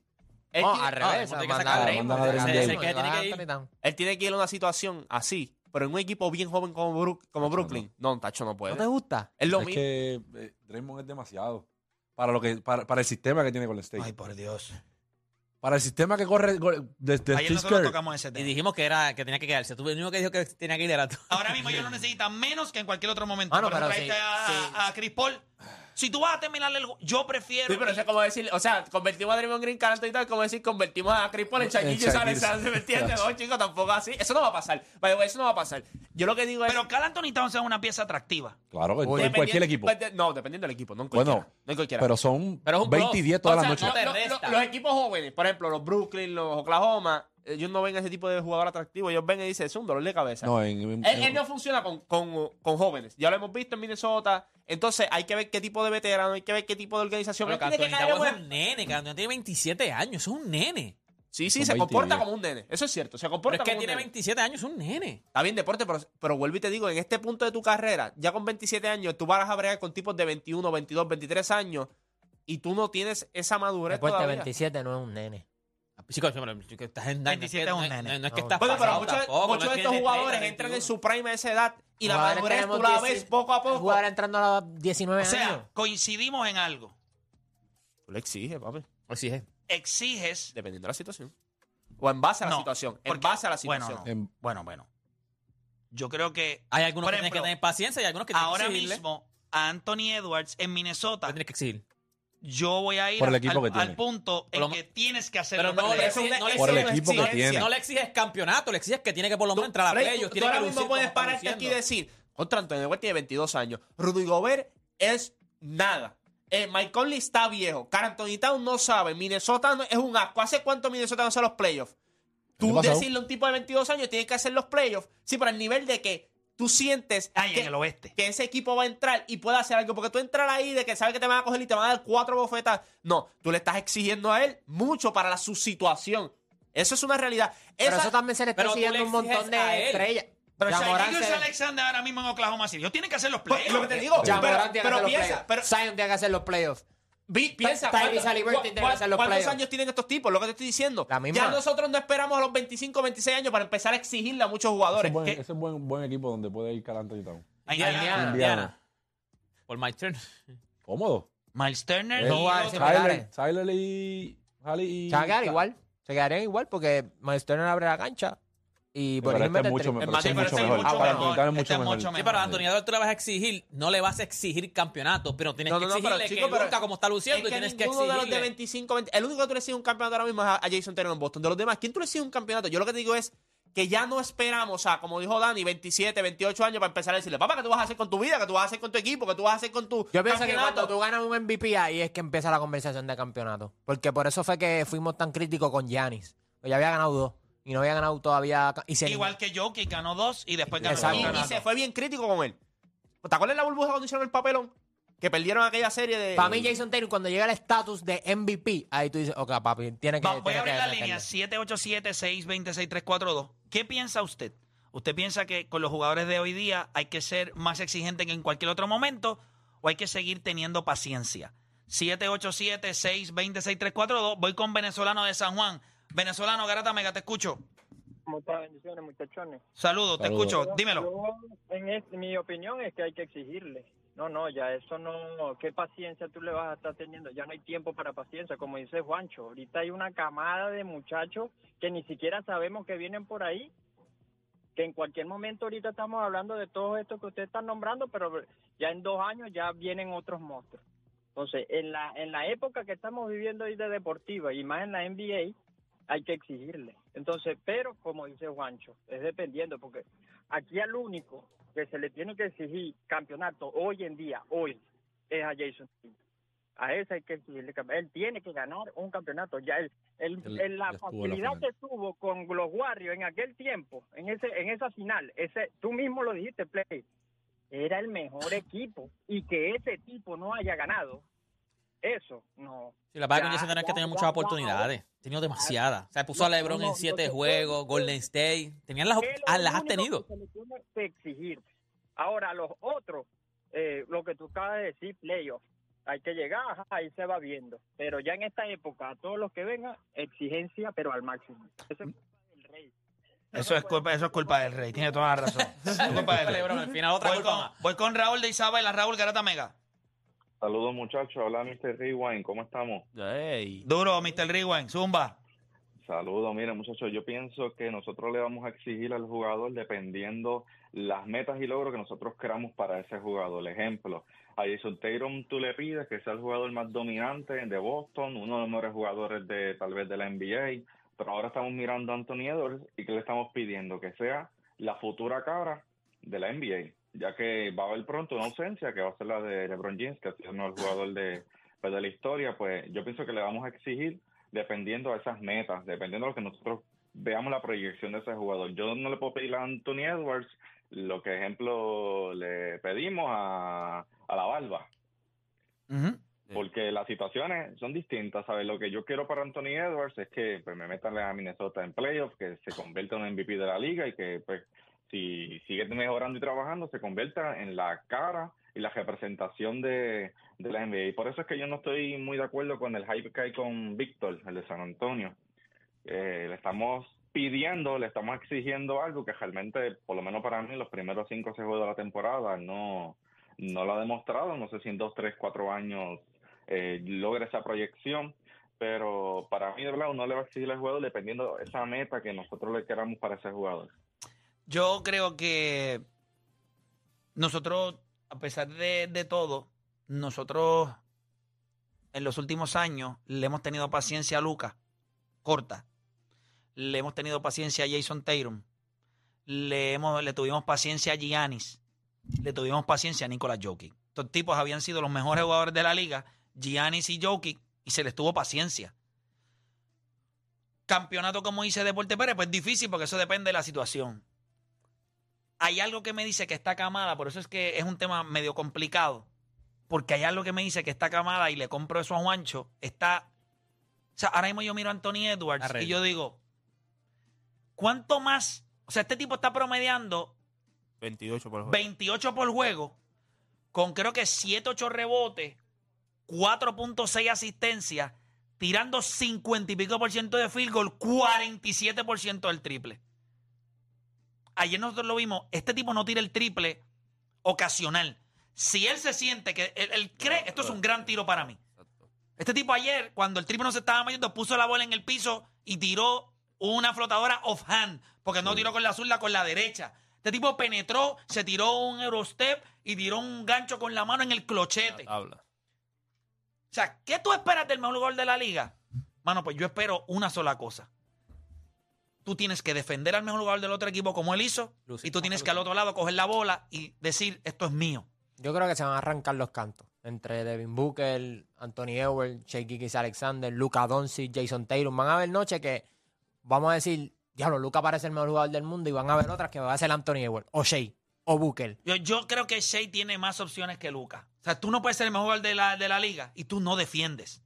Speaker 5: él
Speaker 2: No,
Speaker 5: tiene-
Speaker 2: al revés.
Speaker 6: Ah,
Speaker 2: a
Speaker 6: hay que
Speaker 2: mandar
Speaker 6: sacar
Speaker 2: a
Speaker 6: a
Speaker 2: Draymond,
Speaker 7: Draymond.
Speaker 2: a
Speaker 7: Mandan a
Speaker 2: Draymond.
Speaker 7: Draymond.
Speaker 2: Ese es el que tiene que ir.
Speaker 5: Él tiene que ir a una situación así Pero en un equipo bien joven como, Brook- como Brooklyn, no, Tacho no puede.
Speaker 2: ¿No te gusta?
Speaker 5: Es lo
Speaker 7: es
Speaker 5: mismo.
Speaker 7: que eh, Draymond es demasiado para lo que para, para el sistema que tiene Golden State.
Speaker 4: Ay, por Dios.
Speaker 7: Para el sistema que corre go- de, de
Speaker 4: Ayer
Speaker 7: Steve
Speaker 4: nosotros
Speaker 7: Kerr.
Speaker 4: tocamos ese
Speaker 6: Y
Speaker 4: tema.
Speaker 6: dijimos que era que tenía que quedarse. Tú el único que dijo que tenía que ir era tú.
Speaker 4: Ahora mismo ellos lo necesitan menos que en cualquier otro momento.
Speaker 2: Ah, no,
Speaker 4: Por
Speaker 2: pero
Speaker 4: eso
Speaker 2: sí,
Speaker 4: trajiste a,
Speaker 2: sí.
Speaker 4: a Chris Paul. Si tú vas a terminar el... Yo prefiero...
Speaker 5: Sí, pero eso es como decir, o sea, convertimos a Draymond Green Carlton y tal, como decir, convertimos a Chris Paul en Shaquille
Speaker 7: Eh, En
Speaker 5: O'Neal,
Speaker 7: Shaquille.
Speaker 5: ¿sabes? ¿me entiendes? No, chicos, tampoco así. Eso no va a pasar. By the way, Eso no va a pasar. Yo lo que digo es...
Speaker 4: Pero Carl Anthony Towns es una pieza atractiva.
Speaker 7: Claro, en- en
Speaker 5: dependiendo-
Speaker 7: cualquier equipo.
Speaker 5: pues, de- No, dependiendo del equipo, no en cualquiera.
Speaker 7: Bueno,
Speaker 5: no en cualquiera.
Speaker 7: pero son
Speaker 6: Pero es un
Speaker 7: 20 y
Speaker 6: plus.
Speaker 7: 10 todas
Speaker 6: O sea,
Speaker 7: las
Speaker 6: no
Speaker 7: noches.
Speaker 6: te-
Speaker 5: Lo- lo-
Speaker 6: resta.
Speaker 5: los equipos jóvenes, por ejemplo, los Brooklyn, los Oklahoma, ellos no ven ese tipo de jugador atractivo. Ellos ven y dicen, es un dolor de cabeza.
Speaker 7: No, en, en-
Speaker 5: Él, él no funciona con, con- con jóvenes. Ya lo hemos visto en Minnesota. Entonces hay que ver qué tipo de veterano, hay que ver qué tipo de organización.
Speaker 6: Pero
Speaker 5: Él tiene que
Speaker 6: Anthony
Speaker 5: caer en
Speaker 6: Towns es
Speaker 5: buen-
Speaker 6: un nene, que Anthony tiene 27 años, es un nene.
Speaker 5: Sí, sí,
Speaker 7: Son
Speaker 5: se
Speaker 7: 20
Speaker 5: comporta
Speaker 7: días.
Speaker 5: como un nene. Eso es cierto, se
Speaker 6: Pero
Speaker 5: comporta
Speaker 6: es que
Speaker 5: como un
Speaker 6: tiene
Speaker 5: nene.
Speaker 6: 27 años, es un nene.
Speaker 5: Está bien deporte, pero, pero vuelvo y te digo, en este punto de tu carrera, ya con 27 años, tú vas a bregar con tipos de 21, 22, 23 años y tú no tienes esa madurez
Speaker 2: Después de
Speaker 5: todavía.
Speaker 2: 27 no es un nene.
Speaker 6: Chicos, pero que estás en
Speaker 4: 27
Speaker 6: no
Speaker 4: es un
Speaker 6: es que- no-
Speaker 4: nene.
Speaker 6: No, no es que
Speaker 2: No,
Speaker 6: estás
Speaker 5: Bueno, pero
Speaker 6: pasado
Speaker 5: muchos,
Speaker 6: tampoco,
Speaker 5: muchos
Speaker 6: no es
Speaker 5: de
Speaker 6: que
Speaker 5: estos
Speaker 6: tiene
Speaker 5: jugadores
Speaker 6: 30,
Speaker 5: entran en
Speaker 6: 21.
Speaker 5: su prime a esa edad y la
Speaker 2: Jugadores
Speaker 5: madurez tú la
Speaker 2: tenemos 10,
Speaker 5: ves poco a poco.
Speaker 2: Jugar entrando a los 19
Speaker 4: O sea,
Speaker 2: años.
Speaker 4: coincidimos en algo.
Speaker 5: Tú le exiges, papi,
Speaker 6: Así es.
Speaker 4: Exiges...
Speaker 5: dependiendo de la situación. O en base a la
Speaker 4: No,
Speaker 5: situación. En
Speaker 4: porque-
Speaker 5: base a la
Speaker 4: bueno,
Speaker 5: situación.
Speaker 4: no.
Speaker 7: en-
Speaker 4: Bueno, bueno. Yo creo que
Speaker 6: Hay algunos
Speaker 4: Por
Speaker 6: que tienen que
Speaker 4: ejemplo,
Speaker 6: tener paciencia y algunos que tienen
Speaker 4: ahora
Speaker 6: que exigirle.
Speaker 4: mismo a Anthony Edwards en Minnesota,
Speaker 6: Tienes que exigir.
Speaker 4: yo voy a ir
Speaker 7: Por el
Speaker 4: al-
Speaker 7: equipo que
Speaker 4: al, al
Speaker 7: tiene.
Speaker 4: punto
Speaker 6: Por lo
Speaker 4: en
Speaker 6: ma-
Speaker 4: que tienes que hacerlo.
Speaker 6: Pero no
Speaker 4: perder.
Speaker 6: le,
Speaker 5: es una-
Speaker 6: exige- no, le
Speaker 7: por el
Speaker 6: exiges-
Speaker 7: equipo que
Speaker 6: no-
Speaker 7: tiene.
Speaker 6: no le exiges campeonato, le exiges que tiene que por lo menos entrar a
Speaker 5: Frey,
Speaker 6: playoffs.
Speaker 5: tú-
Speaker 6: tiene
Speaker 5: tú
Speaker 6: que
Speaker 5: ahora mismo
Speaker 6: lucir
Speaker 5: puedes
Speaker 6: como está
Speaker 5: pararte aquí y
Speaker 6: luciendo.
Speaker 5: decir, contra Antonio Edwards tiene 22 años, Rudy Gobert es nada. Eh, Mike Conley está viejo, Carl Anthony Town no sabe, Minnesota no- es un asco. ¿Hace cuánto Minnesota no hace los playoffs? Tú
Speaker 7: año pasado.
Speaker 5: decirle a un tipo de 22 años tiene que hacer los playoffs, sí, pero al nivel de que tú sientes
Speaker 4: Ay,
Speaker 5: que,
Speaker 4: en el oeste.
Speaker 5: que ese equipo va a entrar y puede hacer algo, porque tú entrar ahí de que sabes que te van a coger y te van a dar cuatro bofetas. No, tú le estás exigiendo a él mucho para la- su situación. Eso es una realidad.
Speaker 2: Pero
Speaker 5: Esa-
Speaker 2: eso también se le está
Speaker 6: pero tú le
Speaker 2: exigiendo un montón
Speaker 6: exiges a
Speaker 2: de
Speaker 6: él.
Speaker 2: estrellas.
Speaker 5: Pero
Speaker 2: Ya
Speaker 5: si
Speaker 2: Morant
Speaker 4: Gilgeous
Speaker 2: se le-
Speaker 4: Alexander ahora mismo en Oklahoma City. Ellos tienen que hacer los
Speaker 5: Pues,
Speaker 4: playoos.
Speaker 5: lo que te digo,
Speaker 2: Ya
Speaker 5: pero-
Speaker 2: Morant tiene que
Speaker 5: pero
Speaker 2: hacer los
Speaker 5: piensa,
Speaker 2: playoffs.
Speaker 5: pero
Speaker 2: Zion tiene que hacer los playoffs.
Speaker 5: Vi- piensa,
Speaker 2: Tyrese
Speaker 5: ¿cuánto-
Speaker 2: Haliburton
Speaker 5: cua-
Speaker 2: tiene que
Speaker 5: cua-
Speaker 2: hacer los
Speaker 5: ¿cuántos
Speaker 2: playoffs?
Speaker 5: años tienen estos tipos? Lo que te estoy diciendo.
Speaker 2: La misma.
Speaker 5: Ya nosotros no esperamos a los 25, 26 años para empezar a exigirle a muchos
Speaker 7: ese
Speaker 5: jugadores.
Speaker 7: es buen,
Speaker 5: Que-
Speaker 7: ese es buen, buen equipo donde puede ir Carl Anthony Town.
Speaker 4: Ay,
Speaker 6: Indiana.
Speaker 2: Indiana.
Speaker 6: Indiana. Por my turn.
Speaker 7: Cómodo.
Speaker 4: Miles Turner
Speaker 7: Eh,
Speaker 4: y
Speaker 2: No va a decir
Speaker 4: otro.
Speaker 2: similares.
Speaker 7: Tyler, Tyler y. Halley y.
Speaker 2: Se va a quedar igual. Se quedarían igual porque Miles Turner abre la cancha y
Speaker 7: Pero
Speaker 2: por
Speaker 7: este
Speaker 2: ahí
Speaker 7: es
Speaker 2: mete
Speaker 7: mucho
Speaker 2: tres.
Speaker 7: mejor.
Speaker 5: más,
Speaker 7: este es
Speaker 5: me
Speaker 7: mucho
Speaker 5: parece
Speaker 7: mejor.
Speaker 5: mucho
Speaker 7: Ah, para
Speaker 5: mejor.
Speaker 7: Anthony Town es
Speaker 4: Este
Speaker 7: mucho
Speaker 4: es
Speaker 7: mejor.
Speaker 4: mucho
Speaker 6: Sí,
Speaker 4: mejor.
Speaker 6: pero a Antonio Edwards tú le vas a exigir, no le vas a exigir campeonato, pero tienes
Speaker 5: No,
Speaker 6: que
Speaker 5: no, no, pero,
Speaker 6: exigirle
Speaker 5: chico,
Speaker 6: que
Speaker 5: pero-
Speaker 6: luzca como está
Speaker 5: Es
Speaker 6: luciendo
Speaker 5: que
Speaker 6: y tienes que
Speaker 5: ninguno de los de
Speaker 6: exigirle.
Speaker 5: 25, 20 el único que tú le sigues un campeonato ahora mismo es a, a Jason Taylor en Boston. De los demás, ¿quién tú le sigues un campeonato? Yo lo que te digo es que ya no esperamos a, como dijo Dani, 27, 28 años para empezar a decirle, papá, ¿qué tú vas a hacer con tu vida? ¿Qué tú vas a hacer con tu equipo? ¿Qué tú vas a hacer con tu
Speaker 2: Yo pienso que
Speaker 5: campeonato?"
Speaker 2: cuando tú ganas un MVP, ahí es que empieza la conversación de campeonato. Porque por eso fue que fuimos tan críticos con Giannis. Pues ya había ganado dos. Y no había ganado todavía. ca- Y se
Speaker 4: Igual que Jokic ganó dos y después ganó
Speaker 2: Exacto.
Speaker 4: el
Speaker 5: Y, y
Speaker 4: campeonato.
Speaker 5: se fue bien crítico con él. ¿Te acuerdas la burbuja cuando hicieron el papelón? Que perdieron aquella serie de.
Speaker 2: Para mí, Jason Taylor, cuando llega el estatus de MVP, ahí tú dices, ok, papi, tiene que.
Speaker 4: Va, voy
Speaker 2: tiene
Speaker 4: a abrir
Speaker 2: que
Speaker 4: la
Speaker 2: meterle".
Speaker 4: línea 787-626-342. ¿Qué piensa usted? ¿Usted piensa que con los jugadores de hoy día hay que ser más exigente que en cualquier otro momento o hay que seguir teniendo paciencia? 787-626-342. Voy con Venezolano de San Juan. Venezolano, Garata Mega, te escucho.
Speaker 8: ¿Cómo está? Bendiciones, muchachones.
Speaker 4: Saludos, te
Speaker 7: Saludos.
Speaker 4: escucho. Dímelo.
Speaker 8: Yo, en es- mi opinión es que hay que exigirle. No, no, ya eso no. ¿Qué paciencia tú le vas a estar teniendo? Ya no hay tiempo para paciencia, como dice Juancho. Ahorita hay una camada de muchachos que ni siquiera sabemos que vienen por ahí. Que en cualquier momento ahorita estamos hablando de todo esto que ustedes están nombrando, pero ya en dos años ya vienen otros monstruos. Entonces, en la, en la época que estamos viviendo hoy de deportiva y más en la NBA, hay que exigirle. Entonces, pero como dice Juancho, es dependiendo, porque aquí al único que se le tiene que exigir campeonato hoy en día, hoy, es a Jason Tatum. A ese hay que exigirle campe- Él tiene que ganar un campeonato. Ya él, él-
Speaker 7: Él
Speaker 8: él- la
Speaker 7: ya estuvo en la
Speaker 8: facilidad
Speaker 7: final.
Speaker 8: que tuvo con los Warriors en aquel tiempo, en ese, en esa final, ese, tú mismo lo dijiste, Play, era el mejor equipo y que ese tipo no haya ganado, eso no.
Speaker 6: Si la verdad
Speaker 8: Ya,
Speaker 6: es que no es que
Speaker 8: ya,
Speaker 6: tenía
Speaker 8: ya,
Speaker 6: muchas
Speaker 8: ya,
Speaker 6: oportunidades. Ha tenido demasiadas. O sea, puso a
Speaker 8: No,
Speaker 6: LeBron
Speaker 8: no,
Speaker 6: en
Speaker 8: no
Speaker 6: siete
Speaker 8: se
Speaker 6: juegos,
Speaker 8: puede.
Speaker 6: Golden State. Tenían las, op-
Speaker 8: Es lo
Speaker 6: ah, las has
Speaker 8: único
Speaker 6: tenido.
Speaker 8: Que se le tiene que exigir. Ahora, los otros, eh, lo que tú acabas de decir, playoff, hay que llegar, ajá, ahí se va viendo. Pero ya en esta época, a todos los que vengan, exigencia, pero al máximo. Eso es culpa del rey.
Speaker 4: Eso es culpa, eso es culpa del rey. Tiene toda la razón.
Speaker 6: [laughs]
Speaker 4: Es culpa del rey.
Speaker 6: Lebron, al final otra
Speaker 4: voy,
Speaker 6: culpa
Speaker 4: con,
Speaker 6: más.
Speaker 4: voy con Raúl de Isabela. Raúl Garata Mega.
Speaker 2: Saludos muchachos, habla Mr. Rewind, ¿cómo estamos?
Speaker 9: Ey.
Speaker 4: Duro, Mr. Rewind. Zumba.
Speaker 2: Saludos, mira muchachos, yo pienso que nosotros le vamos a exigir al jugador dependiendo las metas y logros que nosotros creamos para ese jugador. Ejemplo, a Jason Tatum tú le pides que sea el jugador más dominante de Boston, uno de los mejores jugadores de tal vez de la NBA, pero ahora estamos mirando a Anthony Edwards y que le estamos pidiendo que sea la futura cara de la NBA, ya que va a haber pronto una ausencia que va a ser la de LeBron James, que ha sido el mejor jugador de, pues, de la historia, pues yo pienso que le vamos a exigir dependiendo de esas metas, dependiendo de lo que nosotros veamos la proyección de ese jugador. Yo no le puedo pedir a Anthony Edwards lo que ejemplo le pedimos a, a la barba,
Speaker 4: Ujú.
Speaker 2: porque las situaciones son distintas, ¿sabes? Lo que yo quiero para Anthony Edwards es que pues, me metan a Minnesota en playoffs, que se convierta en un MVP de la liga y que pues si sigue mejorando y trabajando se convierta en la cara y la representación de, de la NBA. Y por eso es que yo no estoy muy de acuerdo con el hype que hay con Víctor, el de San Antonio. Eh, le estamos pidiendo, le estamos exigiendo algo que realmente, por lo menos para mí, los primeros cinco o seis juegos de la temporada no, no lo ha demostrado. No sé si en dos, tres, cuatro años eh, logra esa proyección. Pero para mí, de verdad, uno le va a exigir al jugador dependiendo de esa meta que nosotros le queramos para ese jugador.
Speaker 4: Yo creo que nosotros, a pesar de, de todo, nosotros en los últimos años le hemos tenido paciencia a Lucas, corta. Le hemos tenido paciencia a Jason Tatum. Le, hemos, le tuvimos paciencia a Giannis. Le tuvimos paciencia a Nicolas Jokic. Estos tipos habían sido los mejores jugadores de la liga, Giannis y Jokic, y se les tuvo paciencia. Campeonato como dice Deporte Pérez, pues difícil porque eso depende de la situación hay algo que me dice que está camada, por eso es que es un tema medio complicado. Porque hay algo que me dice que está camada y le compro eso a Juancho. Está. O sea, ahora mismo yo miro a Anthony Edwards
Speaker 6: Arreglo.
Speaker 4: y yo digo, ¿cuánto más? O sea, este tipo está promediando
Speaker 9: 28 por el juego.
Speaker 4: 28 por juego, con creo que 7, 8 rebotes, 4.6 asistencias, tirando 50 y pico por ciento de field goal, 47 por ciento del triple. Ayer nosotros lo vimos, este tipo no tira el triple ocasional. Si él se siente que él, él cree, esto es un gran tiro para mí. Este tipo ayer, cuando el triple no se estaba metiendo, puso la bola en el piso y tiró una flotadora off-hand, porque no tiró con la zurda, con la derecha. Este tipo penetró, se tiró un Eurostep y tiró un gancho con la mano en el
Speaker 5: Ah,
Speaker 4: clochete. O
Speaker 9: Habla.
Speaker 4: sea, ¿qué tú esperas del mejor gol de la liga? Mano, pues yo espero una sola cosa. Tú tienes que defender al mejor jugador del otro equipo como él hizo
Speaker 6: Lucir.
Speaker 4: y tú tienes que al otro lado coger la bola y decir, esto es mío.
Speaker 5: Yo creo que se van a arrancar los cantos entre Devin Booker, Anthony Edwards, Shea Giggs Alexander, Luca Doncic, Jason Taylor. Van a haber noches que vamos a decir, diablo, Luca parece el mejor jugador del mundo y van a haber otras que va a ser Anthony Edwards o Shea o Booker.
Speaker 4: Yo, yo creo que Shea tiene más opciones que Luca. O sea, tú no puedes ser el mejor jugador de la, de la liga y tú no defiendes.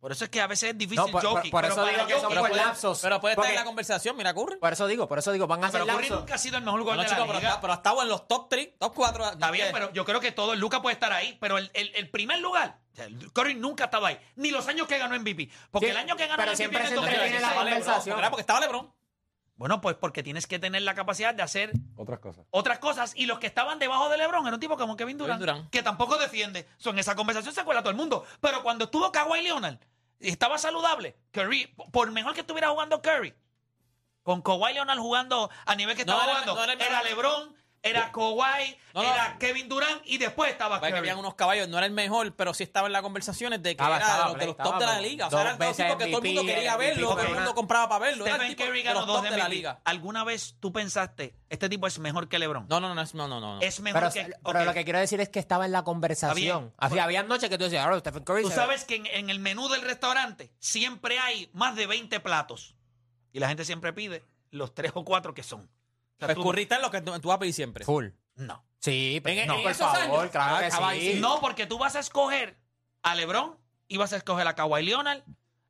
Speaker 4: Por eso es que a veces es difícil
Speaker 5: No, por- por-
Speaker 4: Jokic,
Speaker 5: por
Speaker 4: pero
Speaker 5: eso
Speaker 4: para
Speaker 5: digo que
Speaker 4: Jokic, pero
Speaker 5: son
Speaker 6: Pero
Speaker 5: por
Speaker 4: puede-
Speaker 6: puede,
Speaker 5: lapsos,
Speaker 6: pero puede
Speaker 5: porque-
Speaker 6: estar en la conversación, mira Curry.
Speaker 5: Por eso digo, por eso digo, van a hacer
Speaker 4: Ah, pero Curry
Speaker 5: lapsos.
Speaker 4: nunca ha sido el mejor jugador
Speaker 6: No,
Speaker 4: de
Speaker 6: chico,
Speaker 4: la
Speaker 6: pero,
Speaker 4: liga.
Speaker 6: está- pero ha estado en los top 3, top 4.
Speaker 4: Está bien, pero yo creo que todo el Luca puede estar ahí, pero el, el- el primer lugar, o sea, el Curry nunca estaba ahí, ni los años que ganó MVP, porque
Speaker 5: Sí,
Speaker 4: el año que ganó
Speaker 5: pero
Speaker 4: MVP
Speaker 5: siempre
Speaker 4: en
Speaker 5: se
Speaker 4: el
Speaker 5: entretiene la
Speaker 4: 2016,
Speaker 5: conversación.
Speaker 6: Porque estaba LeBron.
Speaker 4: Bueno, pues porque tienes que tener la capacidad de hacer
Speaker 7: Eh, Otras cosas.
Speaker 4: otras cosas y los que estaban debajo de LeBron era un tipo como Kevin Durant,
Speaker 6: Kevin Durant.
Speaker 4: que tampoco defiende. So, en esa conversación se acuerda todo el mundo, pero cuando estuvo Kawhi Leonard estaba saludable. Curry, por mejor que estuviera jugando Curry, con Kawhi Leonard jugando a nivel que
Speaker 6: No,
Speaker 4: estaba
Speaker 6: era-
Speaker 4: jugando,
Speaker 6: no era
Speaker 4: era,
Speaker 6: el mejor.
Speaker 4: LeBron, era Kawhi,
Speaker 6: No, no.
Speaker 4: era Kevin Durant y después estaba
Speaker 6: Vaya que
Speaker 4: Curry.
Speaker 6: habían unos caballos, no era el mejor, pero sí estaba en las conversaciones de que
Speaker 5: Estaba,
Speaker 6: era
Speaker 5: estaba,
Speaker 6: de los, de los
Speaker 5: estaba,
Speaker 6: top de la
Speaker 5: pero
Speaker 6: liga. O sea, era el
Speaker 5: dos
Speaker 6: tipo que
Speaker 5: veces
Speaker 6: todo el mundo
Speaker 5: MVP,
Speaker 6: quería
Speaker 5: MVP,
Speaker 6: verlo, todo el
Speaker 5: campeona.
Speaker 6: mundo compraba para verlo. Era el
Speaker 4: Stephen
Speaker 6: tipo
Speaker 4: Curry
Speaker 6: de
Speaker 4: ganó
Speaker 6: los
Speaker 4: dos
Speaker 6: top
Speaker 4: de
Speaker 6: de la
Speaker 4: MVP.
Speaker 6: liga.
Speaker 4: ¿Alguna vez tú pensaste, este tipo es mejor que LeBron?
Speaker 6: No, no, no, es- no, no, no. no.
Speaker 4: Es mejor
Speaker 5: Pero,
Speaker 4: que...
Speaker 5: pero
Speaker 4: ok.
Speaker 5: lo que quiero decir es que estaba en la conversación.
Speaker 4: bien.
Speaker 5: Había, había noches que tú decías, ahora Stephen Curry.
Speaker 4: Tú
Speaker 5: se-
Speaker 4: sabes que en, en el menú del restaurante siempre hay más de 20 platos. Y la gente siempre pide los tres o cuatro que son. O sea,
Speaker 6: Pues
Speaker 4: tú-
Speaker 6: Curry está en lo que tú, tú vas a pedir siempre.
Speaker 5: Full.
Speaker 4: no.
Speaker 5: Sí, pero
Speaker 6: En- e-
Speaker 5: no,
Speaker 6: en
Speaker 5: por
Speaker 6: esos
Speaker 5: favor,
Speaker 6: años, Ah,
Speaker 5: claro que
Speaker 6: acaba de
Speaker 5: sí.
Speaker 6: decir,
Speaker 4: No, porque tú vas a escoger a LeBron y vas a escoger a Kawhi Leonard.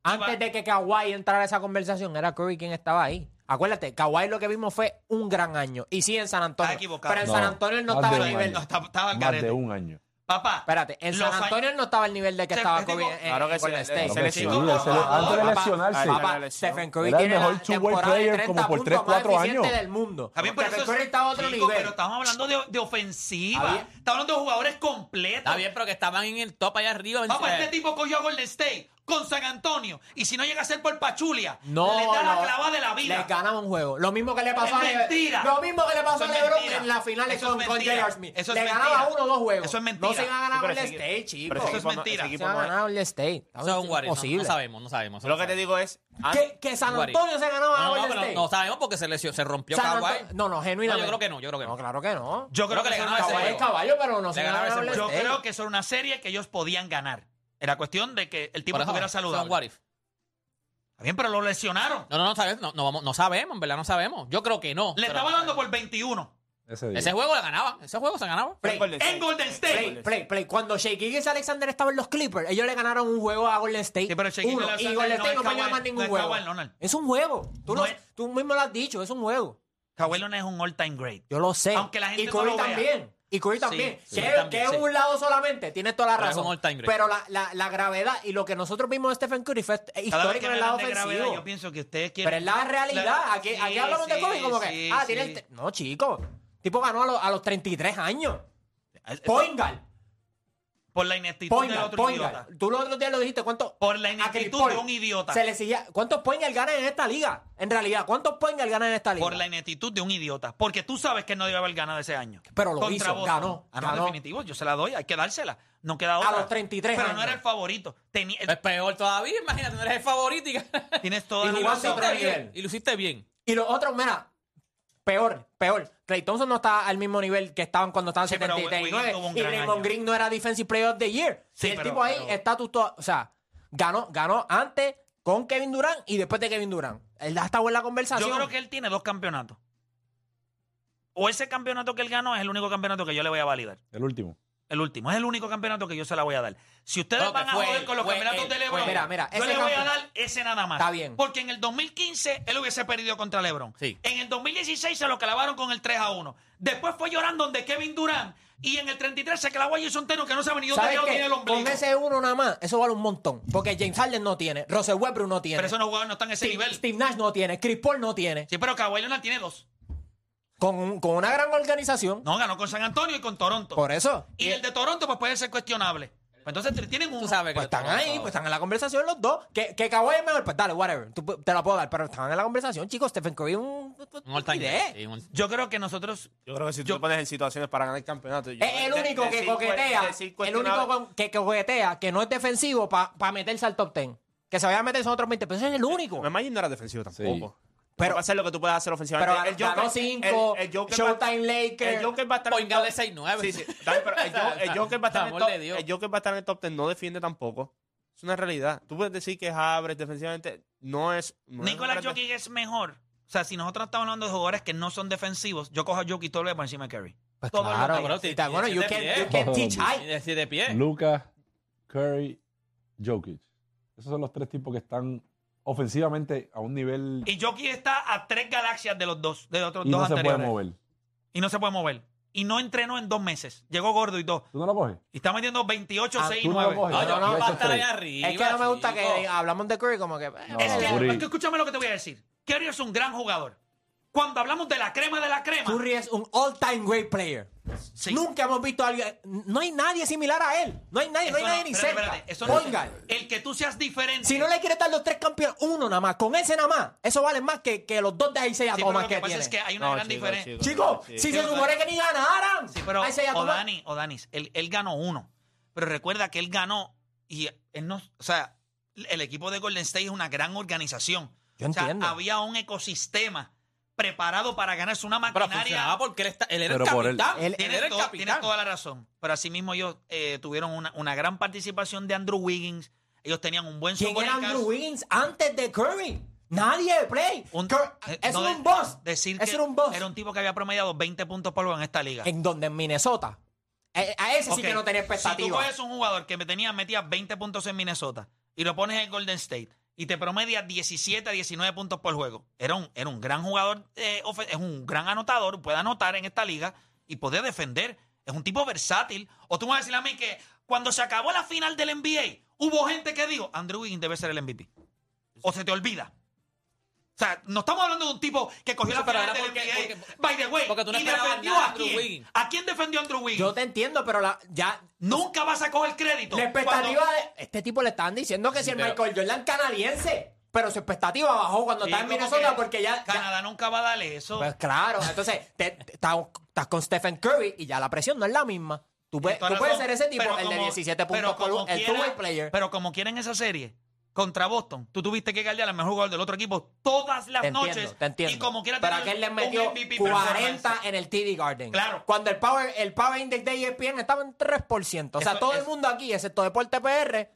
Speaker 5: Antes de que Kawhi entrara a esa conversación, era Curry quien estaba ahí. Acuérdate, Kawhi lo que vimos fue un gran año. Y sí, en San Antonio.
Speaker 4: Estás equivocado.
Speaker 5: Pero en
Speaker 7: No,
Speaker 5: San Antonio él no
Speaker 7: más
Speaker 5: estaba
Speaker 7: de
Speaker 5: al
Speaker 7: un
Speaker 5: nivel.
Speaker 7: año.
Speaker 4: No, estaba, estaba al
Speaker 7: Más de
Speaker 4: garete.
Speaker 7: un año.
Speaker 4: Papá.
Speaker 2: Espérate, en
Speaker 4: los
Speaker 2: San
Speaker 4: años-
Speaker 2: Antonio él no estaba al nivel de que
Speaker 4: Este-
Speaker 2: estaba
Speaker 4: este
Speaker 2: Kobe
Speaker 4: tipo-
Speaker 2: en,
Speaker 5: Claro que sí,
Speaker 2: Golden
Speaker 5: él-
Speaker 2: State.
Speaker 5: él
Speaker 7: se lesionó.
Speaker 2: Sí,
Speaker 7: Él se le- antes de lesionarse.
Speaker 5: Ahí,
Speaker 2: Papá,
Speaker 5: la lesión.
Speaker 2: Stephen Curry
Speaker 7: Era el
Speaker 2: tiene
Speaker 7: mejor
Speaker 2: la
Speaker 7: two-way
Speaker 2: temporada de
Speaker 7: player
Speaker 2: 30
Speaker 7: como por
Speaker 2: puntos
Speaker 7: tres,
Speaker 2: más
Speaker 7: cuatro
Speaker 2: eficiente
Speaker 7: años.
Speaker 2: del mundo.
Speaker 4: Está bien, pero
Speaker 2: Stephen
Speaker 4: eso es-
Speaker 2: Curry está a otro
Speaker 4: Chico,
Speaker 2: nivel.
Speaker 4: Pero estamos hablando de, de ofensiva.
Speaker 2: Está bien.
Speaker 4: Estamos hablando de jugadores completos.
Speaker 6: Está bien, pero que estaban en el top allá arriba.
Speaker 4: Papá,
Speaker 6: eh,
Speaker 4: este tipo cogió a Golden State con San Antonio. Y si no llega a ser por Pachulia,
Speaker 2: No,
Speaker 4: le da la
Speaker 2: no.
Speaker 4: clava de la
Speaker 2: Les
Speaker 4: vida.
Speaker 2: ganaba un juego. Lo mismo que le pasó
Speaker 4: Es
Speaker 2: a
Speaker 4: mentira.
Speaker 2: Lo mismo que le
Speaker 4: Eso
Speaker 2: pasó
Speaker 4: es
Speaker 2: a LeBron
Speaker 4: mentira.
Speaker 2: en las finales
Speaker 4: Eso es
Speaker 2: con, con
Speaker 4: mentira.
Speaker 2: J.R. Smith.
Speaker 4: Eso es
Speaker 2: le
Speaker 4: mentira.
Speaker 2: ganaba uno o dos juegos.
Speaker 4: Eso es mentira.
Speaker 2: No se iba a ganar
Speaker 5: Sí, pero
Speaker 2: Golden
Speaker 5: ese
Speaker 2: State,
Speaker 5: equipo-
Speaker 2: chicos.
Speaker 5: pero ese
Speaker 4: Eso es
Speaker 5: equipo no-
Speaker 4: mentira.
Speaker 5: ese
Speaker 2: Se
Speaker 5: equipo
Speaker 2: va a
Speaker 5: no es-
Speaker 2: ganar Golden State.
Speaker 6: Eso es un guarito. No,
Speaker 2: Imposible.
Speaker 6: sabemos, no sabemos. eso
Speaker 5: Lo
Speaker 6: no
Speaker 5: que te
Speaker 6: sabemos.
Speaker 5: digo es.
Speaker 2: Que, que San
Speaker 6: Un guarito.
Speaker 2: Antonio se ganaba a
Speaker 6: No, no,
Speaker 2: Golden
Speaker 6: pero
Speaker 2: State.
Speaker 6: no sabemos porque se lesionó, se rompió
Speaker 2: San
Speaker 6: Kawhi.
Speaker 2: Antonio- no, no,
Speaker 6: No,
Speaker 2: genuinamente.
Speaker 6: yo creo que no, yo creo que
Speaker 2: No,
Speaker 6: no.
Speaker 2: claro que no.
Speaker 4: Yo creo que eso
Speaker 6: le
Speaker 4: no
Speaker 6: ganaba
Speaker 4: es
Speaker 6: ese
Speaker 4: serio.
Speaker 2: Caballo es
Speaker 6: juego.
Speaker 2: caballo, pero no se
Speaker 6: Le
Speaker 2: ganaba
Speaker 6: ganaba ese
Speaker 2: Golden
Speaker 4: Yo
Speaker 2: State.
Speaker 4: creo que eso era una serie que ellos podían ganar. Era cuestión de que el tipo
Speaker 6: Por eso,
Speaker 4: estuviera
Speaker 6: eso es un
Speaker 4: saludable.
Speaker 6: what if.
Speaker 4: Está bien, pero lo lesionaron.
Speaker 6: No, no, no, sabes, no, no, vamos, no sabemos, en verdad no sabemos. Yo creo que no.
Speaker 4: Le
Speaker 6: pero-
Speaker 4: estaba dando por 21
Speaker 7: Ese día.
Speaker 6: Ese juego la ganaba, ese juego se ganaba.
Speaker 2: Play,
Speaker 4: en Golden State.
Speaker 2: play, play, play. Cuando Shea Giggins Alexander estaba en los Clippers, ellos le ganaron un juego a Golden State.
Speaker 4: Sí, pero Shea Gilgeous
Speaker 2: Uno,
Speaker 4: Alexander
Speaker 2: y Golden
Speaker 4: no
Speaker 2: State
Speaker 4: es
Speaker 2: no perdió
Speaker 4: Kawhi,
Speaker 2: más ningún
Speaker 4: no es
Speaker 2: juego.
Speaker 4: Kawhi Leonard.
Speaker 2: Es un juego. Tú,
Speaker 4: No
Speaker 2: lo-
Speaker 4: es-
Speaker 2: tú mismo lo has dicho, es un juego.
Speaker 4: Kawhi Leonard es un all-time great.
Speaker 2: Yo lo sé.
Speaker 4: Aunque la gente
Speaker 2: y
Speaker 4: no
Speaker 2: Curry
Speaker 4: lo vea.
Speaker 2: también. Y Curry
Speaker 4: Sí,
Speaker 2: también.
Speaker 4: sí,
Speaker 2: que
Speaker 4: sí,
Speaker 2: es-
Speaker 4: también,
Speaker 2: que es
Speaker 4: sí.
Speaker 2: un lado solamente. Tienes toda la
Speaker 6: Pero es un
Speaker 2: razón.
Speaker 6: all-time great.
Speaker 2: Pero la, la, la gravedad y lo que nosotros vimos de Stephen Curry fue
Speaker 4: Cada vez
Speaker 2: histórico
Speaker 4: que
Speaker 2: en
Speaker 4: me
Speaker 2: el lado
Speaker 4: hablan de
Speaker 2: ofensivo.
Speaker 4: gravedad, yo pienso que ustedes quieren...
Speaker 2: Pero es la realidad.
Speaker 4: La-
Speaker 2: aquí,
Speaker 4: Sí,
Speaker 2: aquí hablamos de
Speaker 4: sí,
Speaker 2: Kobe como que,
Speaker 4: sí,
Speaker 2: ah, tiene el
Speaker 4: sí.
Speaker 2: te- No, chico. Tipo ganó a los, a los 33 años. Poingal.
Speaker 4: eh, Por la ineptitud del
Speaker 2: Poingal,
Speaker 4: otro
Speaker 2: Poingal.
Speaker 4: idiota.
Speaker 2: Tú los otros días lo dijiste, ¿cuánto?
Speaker 4: Por la
Speaker 2: a Chris
Speaker 4: ineptitud
Speaker 2: Paul
Speaker 4: de un idiota.
Speaker 2: Se le exigía- ¿Cuántos Poingal ganan en esta liga? En realidad, ¿cuántos Poingal ganan en esta liga?
Speaker 4: Por la ineptitud de un idiota. Porque tú sabes que él no debe haber ganado ese año.
Speaker 2: Pero lo
Speaker 4: Contra
Speaker 2: hizo,
Speaker 4: Boston.
Speaker 2: ganó,
Speaker 4: Ah, no,
Speaker 2: ganó.
Speaker 4: definitivo, yo se la doy, hay que dársela. No queda
Speaker 2: A
Speaker 4: otra.
Speaker 2: los 33
Speaker 4: Pero
Speaker 2: años.
Speaker 4: no era el favorito. Tenía-
Speaker 6: Es peor todavía, imagínate, no eres el favorito y, [laughs]
Speaker 4: Tienes toda
Speaker 2: Y
Speaker 4: la
Speaker 2: ni vas a
Speaker 4: razón.
Speaker 2: otro nivel.
Speaker 6: y luciste bien.
Speaker 2: Y los otros, mira, peor, peor. Clay Thompson no está al mismo nivel que estaban cuando estaban
Speaker 4: Sí,
Speaker 2: en
Speaker 4: pero
Speaker 2: 79.
Speaker 4: Wiggins tuvo un
Speaker 2: Y
Speaker 4: gran
Speaker 2: Raymond
Speaker 4: año.
Speaker 2: Green no era Defensive Player of the Year.
Speaker 4: Sí,
Speaker 2: y el
Speaker 4: pero-
Speaker 2: tipo ahí
Speaker 4: pero-
Speaker 2: está tu to- O sea, ganó, ganó antes con Kevin Durant y después de Kevin Durant. Él ha estado en la conversación.
Speaker 4: Yo creo que él tiene dos campeonatos. O ese campeonato que él ganó es el único campeonato que yo le voy a validar.
Speaker 7: El último.
Speaker 4: El último. Es el único campeonato que yo se la voy a dar. Si ustedes
Speaker 6: No, que
Speaker 4: van a
Speaker 6: fue
Speaker 4: joder
Speaker 6: él,
Speaker 4: con los
Speaker 6: fue
Speaker 4: campeonatos
Speaker 6: él,
Speaker 4: de
Speaker 6: fue
Speaker 4: LeBron,
Speaker 2: él. Mira, mira,
Speaker 4: yo
Speaker 2: ese
Speaker 4: le voy a
Speaker 2: campeón-
Speaker 4: dar ese nada más.
Speaker 2: Está bien.
Speaker 4: Porque en el 2015 él hubiese perdido contra LeBron.
Speaker 6: Sí.
Speaker 4: En el 2016 se lo clavaron con el 3 a 1. Después fue llorando donde Kevin Durant. Y en el 33 se clavó a Jason Taylor que no sabe ni dónde
Speaker 2: ¿Sabes
Speaker 4: diablo
Speaker 2: qué?
Speaker 4: tiene el
Speaker 2: Con
Speaker 4: ombligo.
Speaker 2: ese uno nada más, eso vale un montón. Porque James Harden no tiene, Russell Westbrook no tiene.
Speaker 4: Pero esos jugadores no están en ese
Speaker 2: Steve,
Speaker 4: nivel.
Speaker 2: Steve Nash no tiene, Chris Paul no tiene.
Speaker 4: Sí, pero Kawhi Leonard tiene dos.
Speaker 2: Con, un- con una gran organización.
Speaker 4: No, ganó con San Antonio y con Toronto.
Speaker 2: Por eso.
Speaker 4: Y el de Toronto pues puede ser cuestionable. Pues Entonces tienen un...
Speaker 6: Tú sabes que
Speaker 2: Pues están
Speaker 6: todo-
Speaker 2: ahí, pues están en la conversación los dos. Que, que Kawhi es mejor, pues dale, whatever. Tú pu- te la puedo dar, pero estaban en la conversación, chicos. Stephen Curry es un.
Speaker 6: Un all-time
Speaker 2: idea.
Speaker 6: great, sí, un-
Speaker 4: Yo creo que nosotros...
Speaker 5: Yo creo que si tú te pones en situaciones para ganar el campeonato. yo-
Speaker 2: Es el
Speaker 5: de-
Speaker 2: único que
Speaker 5: decir cual-
Speaker 2: coquetea.
Speaker 5: decir
Speaker 2: El único
Speaker 5: cuestionable-
Speaker 2: con- que coquetea, que no es defensivo para meterse al top 10. Que se vaya a meter son otros 20 pero ese es el único.
Speaker 5: Me imagino no era defensivo tampoco.
Speaker 2: Pero-
Speaker 5: Pero va a ser lo que tú puedes hacer ofensivamente.
Speaker 2: Pero ganó 5,
Speaker 5: el- el Joker va-
Speaker 2: Showtime Lakers.
Speaker 5: El Joker va a estar
Speaker 6: Point guard de
Speaker 5: top-
Speaker 6: 6'9".
Speaker 2: [laughs]
Speaker 5: Sí, sí. Está bien, pero el, Jo- el Joker va a estar en el
Speaker 6: Amor
Speaker 5: top.
Speaker 6: de Dios.
Speaker 5: El Joker va a estar en el top 10. No defiende tampoco. Es una realidad. Tú puedes decir que Habres defensivamente no es. No es
Speaker 4: Nicolás
Speaker 5: un gran-
Speaker 4: Jokic es mejor. O sea, si nosotros estamos hablando de jugadores que no son defensivos, yo cojo a Jokic todo el día por encima de Curry.
Speaker 2: Pues
Speaker 4: Todos los
Speaker 2: claro,
Speaker 4: días.
Speaker 2: bro,
Speaker 6: Sí,
Speaker 2: sí, está- bueno,
Speaker 6: sí,
Speaker 2: you
Speaker 6: sí,
Speaker 2: can,
Speaker 6: sí,
Speaker 2: you can
Speaker 7: sí.
Speaker 2: teach
Speaker 6: Y
Speaker 2: high.
Speaker 6: decir de pie.
Speaker 7: Lucas, Curry, Jokic. Esos son los tres tipos que están ofensivamente a un nivel
Speaker 4: Y Jokic está a tres galaxias de los dos, de los otros
Speaker 7: y
Speaker 4: dos
Speaker 7: no se
Speaker 4: anteriores.
Speaker 7: puede mover.
Speaker 4: Y no se puede mover. Y no entrenó en dos meses. Llegó gordo y todo.
Speaker 7: ¿Tú no lo coges?
Speaker 4: Y está metiendo 28,
Speaker 2: Ah,
Speaker 4: 6 y
Speaker 7: tú no lo
Speaker 4: 9.
Speaker 7: coges.
Speaker 6: No,
Speaker 2: No,
Speaker 6: yo
Speaker 2: no,
Speaker 6: no,
Speaker 2: esos
Speaker 6: va a estar
Speaker 7: tres.
Speaker 6: allá arriba.
Speaker 2: Es que no me gusta
Speaker 6: chico.
Speaker 2: que hablamos de Curry como que. eh,
Speaker 7: No,
Speaker 4: Es que-
Speaker 7: Curry.
Speaker 4: es que escúchame lo que te voy a decir. Curry es un gran jugador. Cuando hablamos de la crema de la crema,
Speaker 2: Curry es un all-time great player.
Speaker 4: Sí.
Speaker 2: Nunca hemos visto a alguien. No hay nadie similar a él. No hay nadie, no hay
Speaker 4: Eso
Speaker 2: nadie ni
Speaker 4: espérate,
Speaker 2: cerca.
Speaker 4: espérate, eso no-
Speaker 2: Pongan.
Speaker 4: el que tú seas diferente.
Speaker 2: Si no le quieres dar los tres campeones, uno nada más, con ese nada más, eso vale más que, que los dos de Isaiah
Speaker 4: Sí, pero
Speaker 2: Thomas
Speaker 4: lo
Speaker 2: que,
Speaker 4: que pasa
Speaker 2: tiene.
Speaker 4: es que hay una
Speaker 5: No,
Speaker 4: gran
Speaker 5: chico,
Speaker 4: diferencia.
Speaker 5: chico.
Speaker 2: Chicos,
Speaker 5: Sí.
Speaker 2: si
Speaker 4: Sí,
Speaker 2: se
Speaker 4: pero-
Speaker 2: supone que ni ganaran,
Speaker 4: Sí, pero
Speaker 2: Isaiah Thomas-
Speaker 4: O'Danis, O'Danis, él, él ganó uno. Pero recuerda que él ganó y él no, o sea, el equipo de Golden State es una gran organización.
Speaker 2: Yo
Speaker 4: o sea,
Speaker 2: entiendo.
Speaker 4: había un ecosistema preparado para ganarse una
Speaker 6: Pero
Speaker 4: maquinaria.
Speaker 6: funcionaba porque él, está, él era
Speaker 7: Pero
Speaker 6: el
Speaker 7: por él.
Speaker 6: capitán.
Speaker 2: Él-
Speaker 6: Él,
Speaker 4: Tienes,
Speaker 6: era el
Speaker 4: to- tienes
Speaker 6: capitán.
Speaker 4: toda la razón. Pero asimismo ellos eh, tuvieron una, una gran participación de Andrew Wiggins. Ellos tenían un buen
Speaker 2: ¿Quién era
Speaker 4: Sabonis
Speaker 2: Andrew
Speaker 4: Cas-
Speaker 2: Wiggins antes de Curry? Nadie, Play.
Speaker 4: un-
Speaker 2: Cur-
Speaker 4: eh,
Speaker 2: eso
Speaker 4: no
Speaker 2: era
Speaker 4: de-
Speaker 2: un boss.
Speaker 4: Decir
Speaker 2: eso
Speaker 4: que
Speaker 2: era un boss.
Speaker 4: Era un tipo que había promediado 20 puntos por juego en esta liga.
Speaker 2: En donde en Minnesota. Eh, A, ese
Speaker 4: Ok,
Speaker 2: sí que no tenía
Speaker 4: Si tú
Speaker 2: expectativas.
Speaker 4: coges un jugador que me tenía, metía 20 puntos en Minnesota y lo pones en Golden State y te promedia 17 a 19 puntos por juego, era un, era un gran jugador, eh, ofe- es un gran anotador, puede anotar en esta liga y poder defender. Es un tipo versátil. O tú me vas a decir a mí que cuando se acabó la final del NBA, hubo gente que dijo, Andrew Wiggins debe ser el MVP. O se te olvida. O sea, no estamos hablando de un tipo que cogió
Speaker 6: Eso,
Speaker 4: la
Speaker 6: pero
Speaker 4: final
Speaker 6: era
Speaker 4: del
Speaker 6: porque-
Speaker 4: NBA.
Speaker 6: porque-
Speaker 4: By the way,
Speaker 6: porque tú no
Speaker 4: y
Speaker 6: esperabas
Speaker 4: defendió
Speaker 6: nada de
Speaker 4: a
Speaker 6: Andrew
Speaker 4: quién.
Speaker 6: Wiggins.
Speaker 4: ¿A quién defendió Andrew Wiggins?
Speaker 2: Yo te entiendo, pero la, ya.
Speaker 4: Nunca vas a coger crédito.
Speaker 2: La expectativa
Speaker 4: Cuando-
Speaker 2: de. Este tipo le estaban diciendo que si el
Speaker 6: Pero-
Speaker 2: Michael Jordan canadiense. Pero su expectativa bajó cuando
Speaker 4: Sí,
Speaker 2: estaba en
Speaker 4: como
Speaker 2: Minnesota
Speaker 4: que
Speaker 2: porque ya. ya-
Speaker 4: Canadá nunca va a darle eso.
Speaker 2: Pues claro, entonces te- te- estás estás con Stephen Curry y ya la presión no es la misma. Tú, puedes-
Speaker 4: Tienes
Speaker 2: pues, tú
Speaker 4: toda
Speaker 2: puedes
Speaker 4: razón,
Speaker 2: ser ese tipo,
Speaker 4: pero
Speaker 2: el de
Speaker 4: como-
Speaker 2: 17 puntos,
Speaker 4: pero
Speaker 2: con
Speaker 4: como
Speaker 2: un- el
Speaker 4: quiera-
Speaker 2: two-way player.
Speaker 4: Pero como quiera en esa serie, contra Boston, tú tuviste que galdear al mejor jugador del otro equipo todas las
Speaker 2: te
Speaker 4: noches.
Speaker 2: entiendo, te entiendo.
Speaker 4: Y como quiera
Speaker 2: pero
Speaker 4: tener
Speaker 2: aquel le
Speaker 4: un
Speaker 2: metió
Speaker 4: MVP performance.
Speaker 2: 40 en el TD Garden.
Speaker 4: Claro.
Speaker 2: Cuando el power, el power Index de E ESPN estaba en 3%. O sea,
Speaker 4: Eso-
Speaker 2: todo el
Speaker 4: eso-
Speaker 2: mundo aquí, excepto Deporte PR,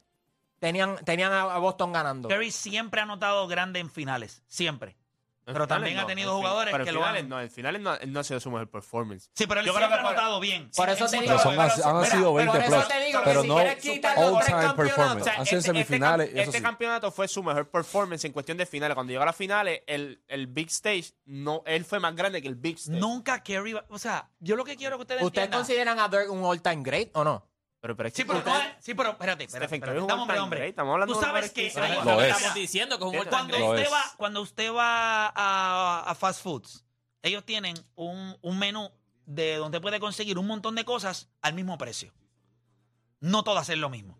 Speaker 2: tenían, tenían a a Boston ganando.
Speaker 4: Curry siempre ha anotado grande en finales, siempre. Pero
Speaker 5: En
Speaker 4: también
Speaker 5: finales
Speaker 4: ha
Speaker 5: no,
Speaker 4: tenido
Speaker 5: en fin-
Speaker 4: jugadores
Speaker 5: pero
Speaker 4: que
Speaker 5: en
Speaker 4: lo
Speaker 5: finales
Speaker 4: han...
Speaker 5: no, en finales no, él no ha sido su mejor performance.
Speaker 4: Sí, pero él
Speaker 5: Yo creo
Speaker 4: siempre ha
Speaker 5: que por-
Speaker 4: anotado bien.
Speaker 2: Por
Speaker 4: Sí,
Speaker 2: eso
Speaker 4: en
Speaker 2: te
Speaker 4: su-
Speaker 2: digo-
Speaker 7: Pero son,
Speaker 2: pero-
Speaker 7: han, han
Speaker 2: mira,
Speaker 7: sido
Speaker 2: pero
Speaker 7: 20
Speaker 2: por eso
Speaker 7: plus.
Speaker 2: te digo que
Speaker 7: pero
Speaker 2: si
Speaker 7: no
Speaker 2: quieres quitar los tres
Speaker 7: all-time
Speaker 2: campeonatos,
Speaker 7: performance.
Speaker 2: o sea,
Speaker 7: Han sido
Speaker 5: este- este
Speaker 7: semifinales,
Speaker 5: cam- Este,
Speaker 7: eso sí.
Speaker 5: campeonato fue su mejor performance en cuestión de finales. Cuando llegó a las finales, el, el Big Stage, no, él fue más grande que el Big Stage.
Speaker 4: Nunca Curry... va- O sea, yo lo que quiero que ustedes
Speaker 2: ¿Ustedes
Speaker 4: entiendan...
Speaker 2: consideran a Dirk un all-time great o no?
Speaker 5: Pero, pero es
Speaker 4: Sí,
Speaker 5: que-
Speaker 4: pero no
Speaker 5: ustedes-
Speaker 4: es- Sí, pero espérate, espérate,
Speaker 5: Stephen Curry
Speaker 4: espérate.
Speaker 5: es un
Speaker 4: Dame, hombre,
Speaker 5: all-time
Speaker 4: hombre.
Speaker 5: great. Estamos hablando
Speaker 4: Tú
Speaker 5: de un
Speaker 4: sabes que...
Speaker 5: jugador
Speaker 4: ahí-
Speaker 7: Lo es.
Speaker 6: Estamos diciendo que es un
Speaker 5: Lo
Speaker 6: all-time
Speaker 4: cuando
Speaker 6: great.
Speaker 7: Lo
Speaker 4: usted
Speaker 7: es.
Speaker 4: va, cuando usted va a, a fast foods, ellos tienen un, un menú de donde puede conseguir un montón de cosas al mismo precio. No todas es lo mismo.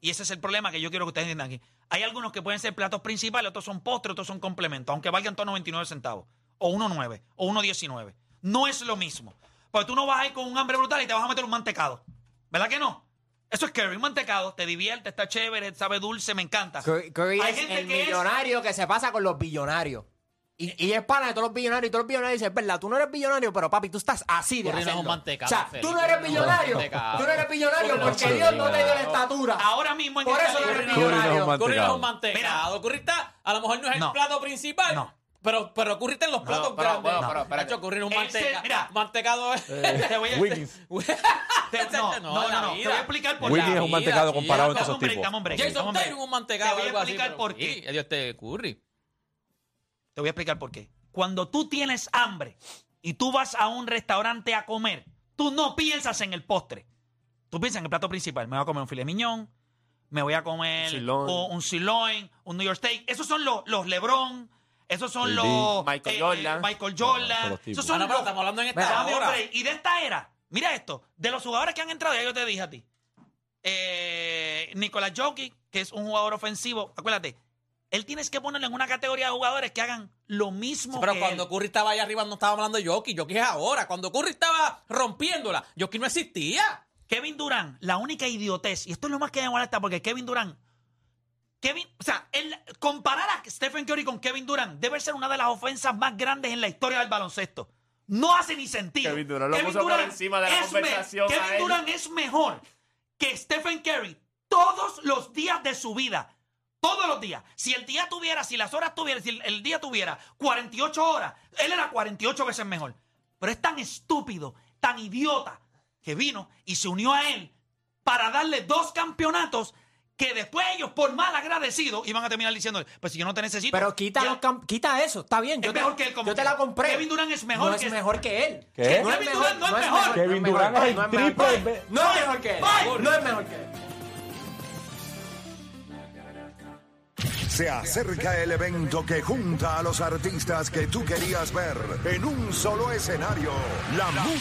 Speaker 4: Y ese es el problema que yo quiero que ustedes entiendan aquí. Hay algunos que pueden ser platos principales, otros son postres, otros son complementos, aunque valgan todos 99 centavos, o 1.9, o 1.19. No es lo mismo. Porque tú no vas a ir con un hambre brutal y te vas a meter un mantecado. ¿Verdad que no? Eso es Curry, un mantecado. Te divierte, está chévere, sabe dulce, me encanta.
Speaker 2: Curry, Curry
Speaker 4: Hay
Speaker 2: es
Speaker 4: gente
Speaker 2: el
Speaker 4: que es-
Speaker 2: millonario que se pasa con los billonarios. Y, y es pana de todos los billonarios. Y todos los billonarios dicen, es verdad, tú no eres billonario, pero papi, tú estás así de
Speaker 6: Curry no es
Speaker 2: hacerlo".
Speaker 6: un mantecado,
Speaker 2: O sea,
Speaker 6: Felipe,
Speaker 2: tú no eres
Speaker 6: Curry no es un
Speaker 2: billonario.
Speaker 6: mantecado.
Speaker 2: Tú no eres billonario
Speaker 6: Curry no es
Speaker 2: porque
Speaker 6: un
Speaker 2: Dios no te dio la
Speaker 6: mantecado.
Speaker 2: estatura.
Speaker 4: Ahora mismo en
Speaker 2: Por
Speaker 4: esta
Speaker 2: eso no
Speaker 4: liga-
Speaker 2: eres
Speaker 7: Curry no es un
Speaker 2: millonario.
Speaker 6: Curry no es un
Speaker 7: Mantecado.
Speaker 6: mantecado. Curry está, a lo mejor no es el
Speaker 4: No.
Speaker 6: plato principal.
Speaker 4: No.
Speaker 6: Pero, pero Curry está en los platos
Speaker 5: pero-
Speaker 6: grandes.
Speaker 5: bueno, pero, espérate.
Speaker 6: Nacho, Curry no es un
Speaker 4: Ese-
Speaker 6: manteca-
Speaker 4: mira.
Speaker 6: mantecado. es-
Speaker 4: Te voy a-
Speaker 7: Wiggins.
Speaker 4: te- no, no,
Speaker 6: No,
Speaker 4: no,
Speaker 6: la
Speaker 4: no, Te
Speaker 6: vida.
Speaker 4: voy a explicar por
Speaker 7: Wiggins
Speaker 4: qué.
Speaker 7: es
Speaker 6: La
Speaker 7: un
Speaker 6: vida,
Speaker 7: mantecado
Speaker 6: chico.
Speaker 7: comparado entre
Speaker 4: Dame
Speaker 7: esos
Speaker 4: un break,
Speaker 7: tipos.
Speaker 4: dame un break, dame
Speaker 6: Jason
Speaker 4: un break.
Speaker 6: Taylor es un mantecado.
Speaker 4: Te voy a
Speaker 6: algo así,
Speaker 4: explicar
Speaker 6: pero-
Speaker 4: por qué.
Speaker 6: Sí, adiós, este Curry.
Speaker 4: Te voy a explicar por qué. Cuando tú tienes hambre y tú vas a un restaurante a comer, tú no piensas en el postre. Tú piensas en el plato principal. Me voy a comer un filet mignon, me voy a comer
Speaker 5: Sirloin.
Speaker 4: o- un sirloin, un New York steak. Esos son los, los LeBron, esos son
Speaker 7: KD.
Speaker 4: los eh,
Speaker 5: Michael Jordan.
Speaker 4: Michael
Speaker 7: No, son
Speaker 4: Jordan.
Speaker 7: los tipos.
Speaker 4: esos
Speaker 6: Ah,
Speaker 4: son
Speaker 6: no, pero
Speaker 4: los,
Speaker 6: estamos hablando en
Speaker 4: Pero
Speaker 6: esta
Speaker 4: dame un
Speaker 6: hora.
Speaker 4: break. Y de esta era, mira esto, de los jugadores que han entrado, ya yo te dije a ti. Eh, Nicolás Jokic, que es un jugador ofensivo, acuérdate, él tienes que ponerlo en una categoría de jugadores que hagan lo mismo
Speaker 6: Sí, pero
Speaker 4: que
Speaker 6: cuando
Speaker 4: él.
Speaker 6: Curry estaba allá arriba no estaba hablando de Jokic. Jokic es ahora. Cuando Curry estaba rompiéndola, Jokic no existía.
Speaker 4: Kevin Durant, la única idiotez, y esto es lo más que me molesta porque Kevin Durant, Kevin, o sea, el- comparar a Stephen Curry con Kevin Durant debe ser una de las ofensas más grandes en la historia del baloncesto. No hace ni sentido.
Speaker 5: Kevin Durant lo puso por encima de la
Speaker 4: es me-
Speaker 5: conversación a
Speaker 4: Kevin
Speaker 5: él.
Speaker 4: Durant es mejor que Stephen Curry todos los días de su vida. Todos los días. Si el día tuviera, si las horas tuviera, si el- el día tuviera 48 horas, él era 48 veces mejor. Pero es tan estúpido, tan idiota, que vino y se unió a él para darle dos campeonatos que después ellos, por mal agradecidos, iban a terminar diciéndole, pues si yo no te necesito.
Speaker 2: Pero quita,
Speaker 4: ya-
Speaker 2: los cam- quita eso, está bien.
Speaker 4: Es
Speaker 2: Yo te,
Speaker 4: mejor que él como
Speaker 2: yo te
Speaker 4: quiera.
Speaker 2: la compré.
Speaker 4: Kevin Durant es mejor
Speaker 2: no
Speaker 4: que- este
Speaker 2: es mejor que él.
Speaker 7: ¿Qué?
Speaker 2: Que
Speaker 4: Kevin Durant no es mejor.
Speaker 7: Kevin
Speaker 2: no
Speaker 7: Durant es el
Speaker 2: mejor, no
Speaker 7: triple
Speaker 2: mejor.
Speaker 7: ve-
Speaker 2: No es mejor que él.
Speaker 4: Bye.
Speaker 2: No es mejor que él.
Speaker 3: Se acerca el evento que junta a los artistas que tú querías ver en un solo escenario. La música.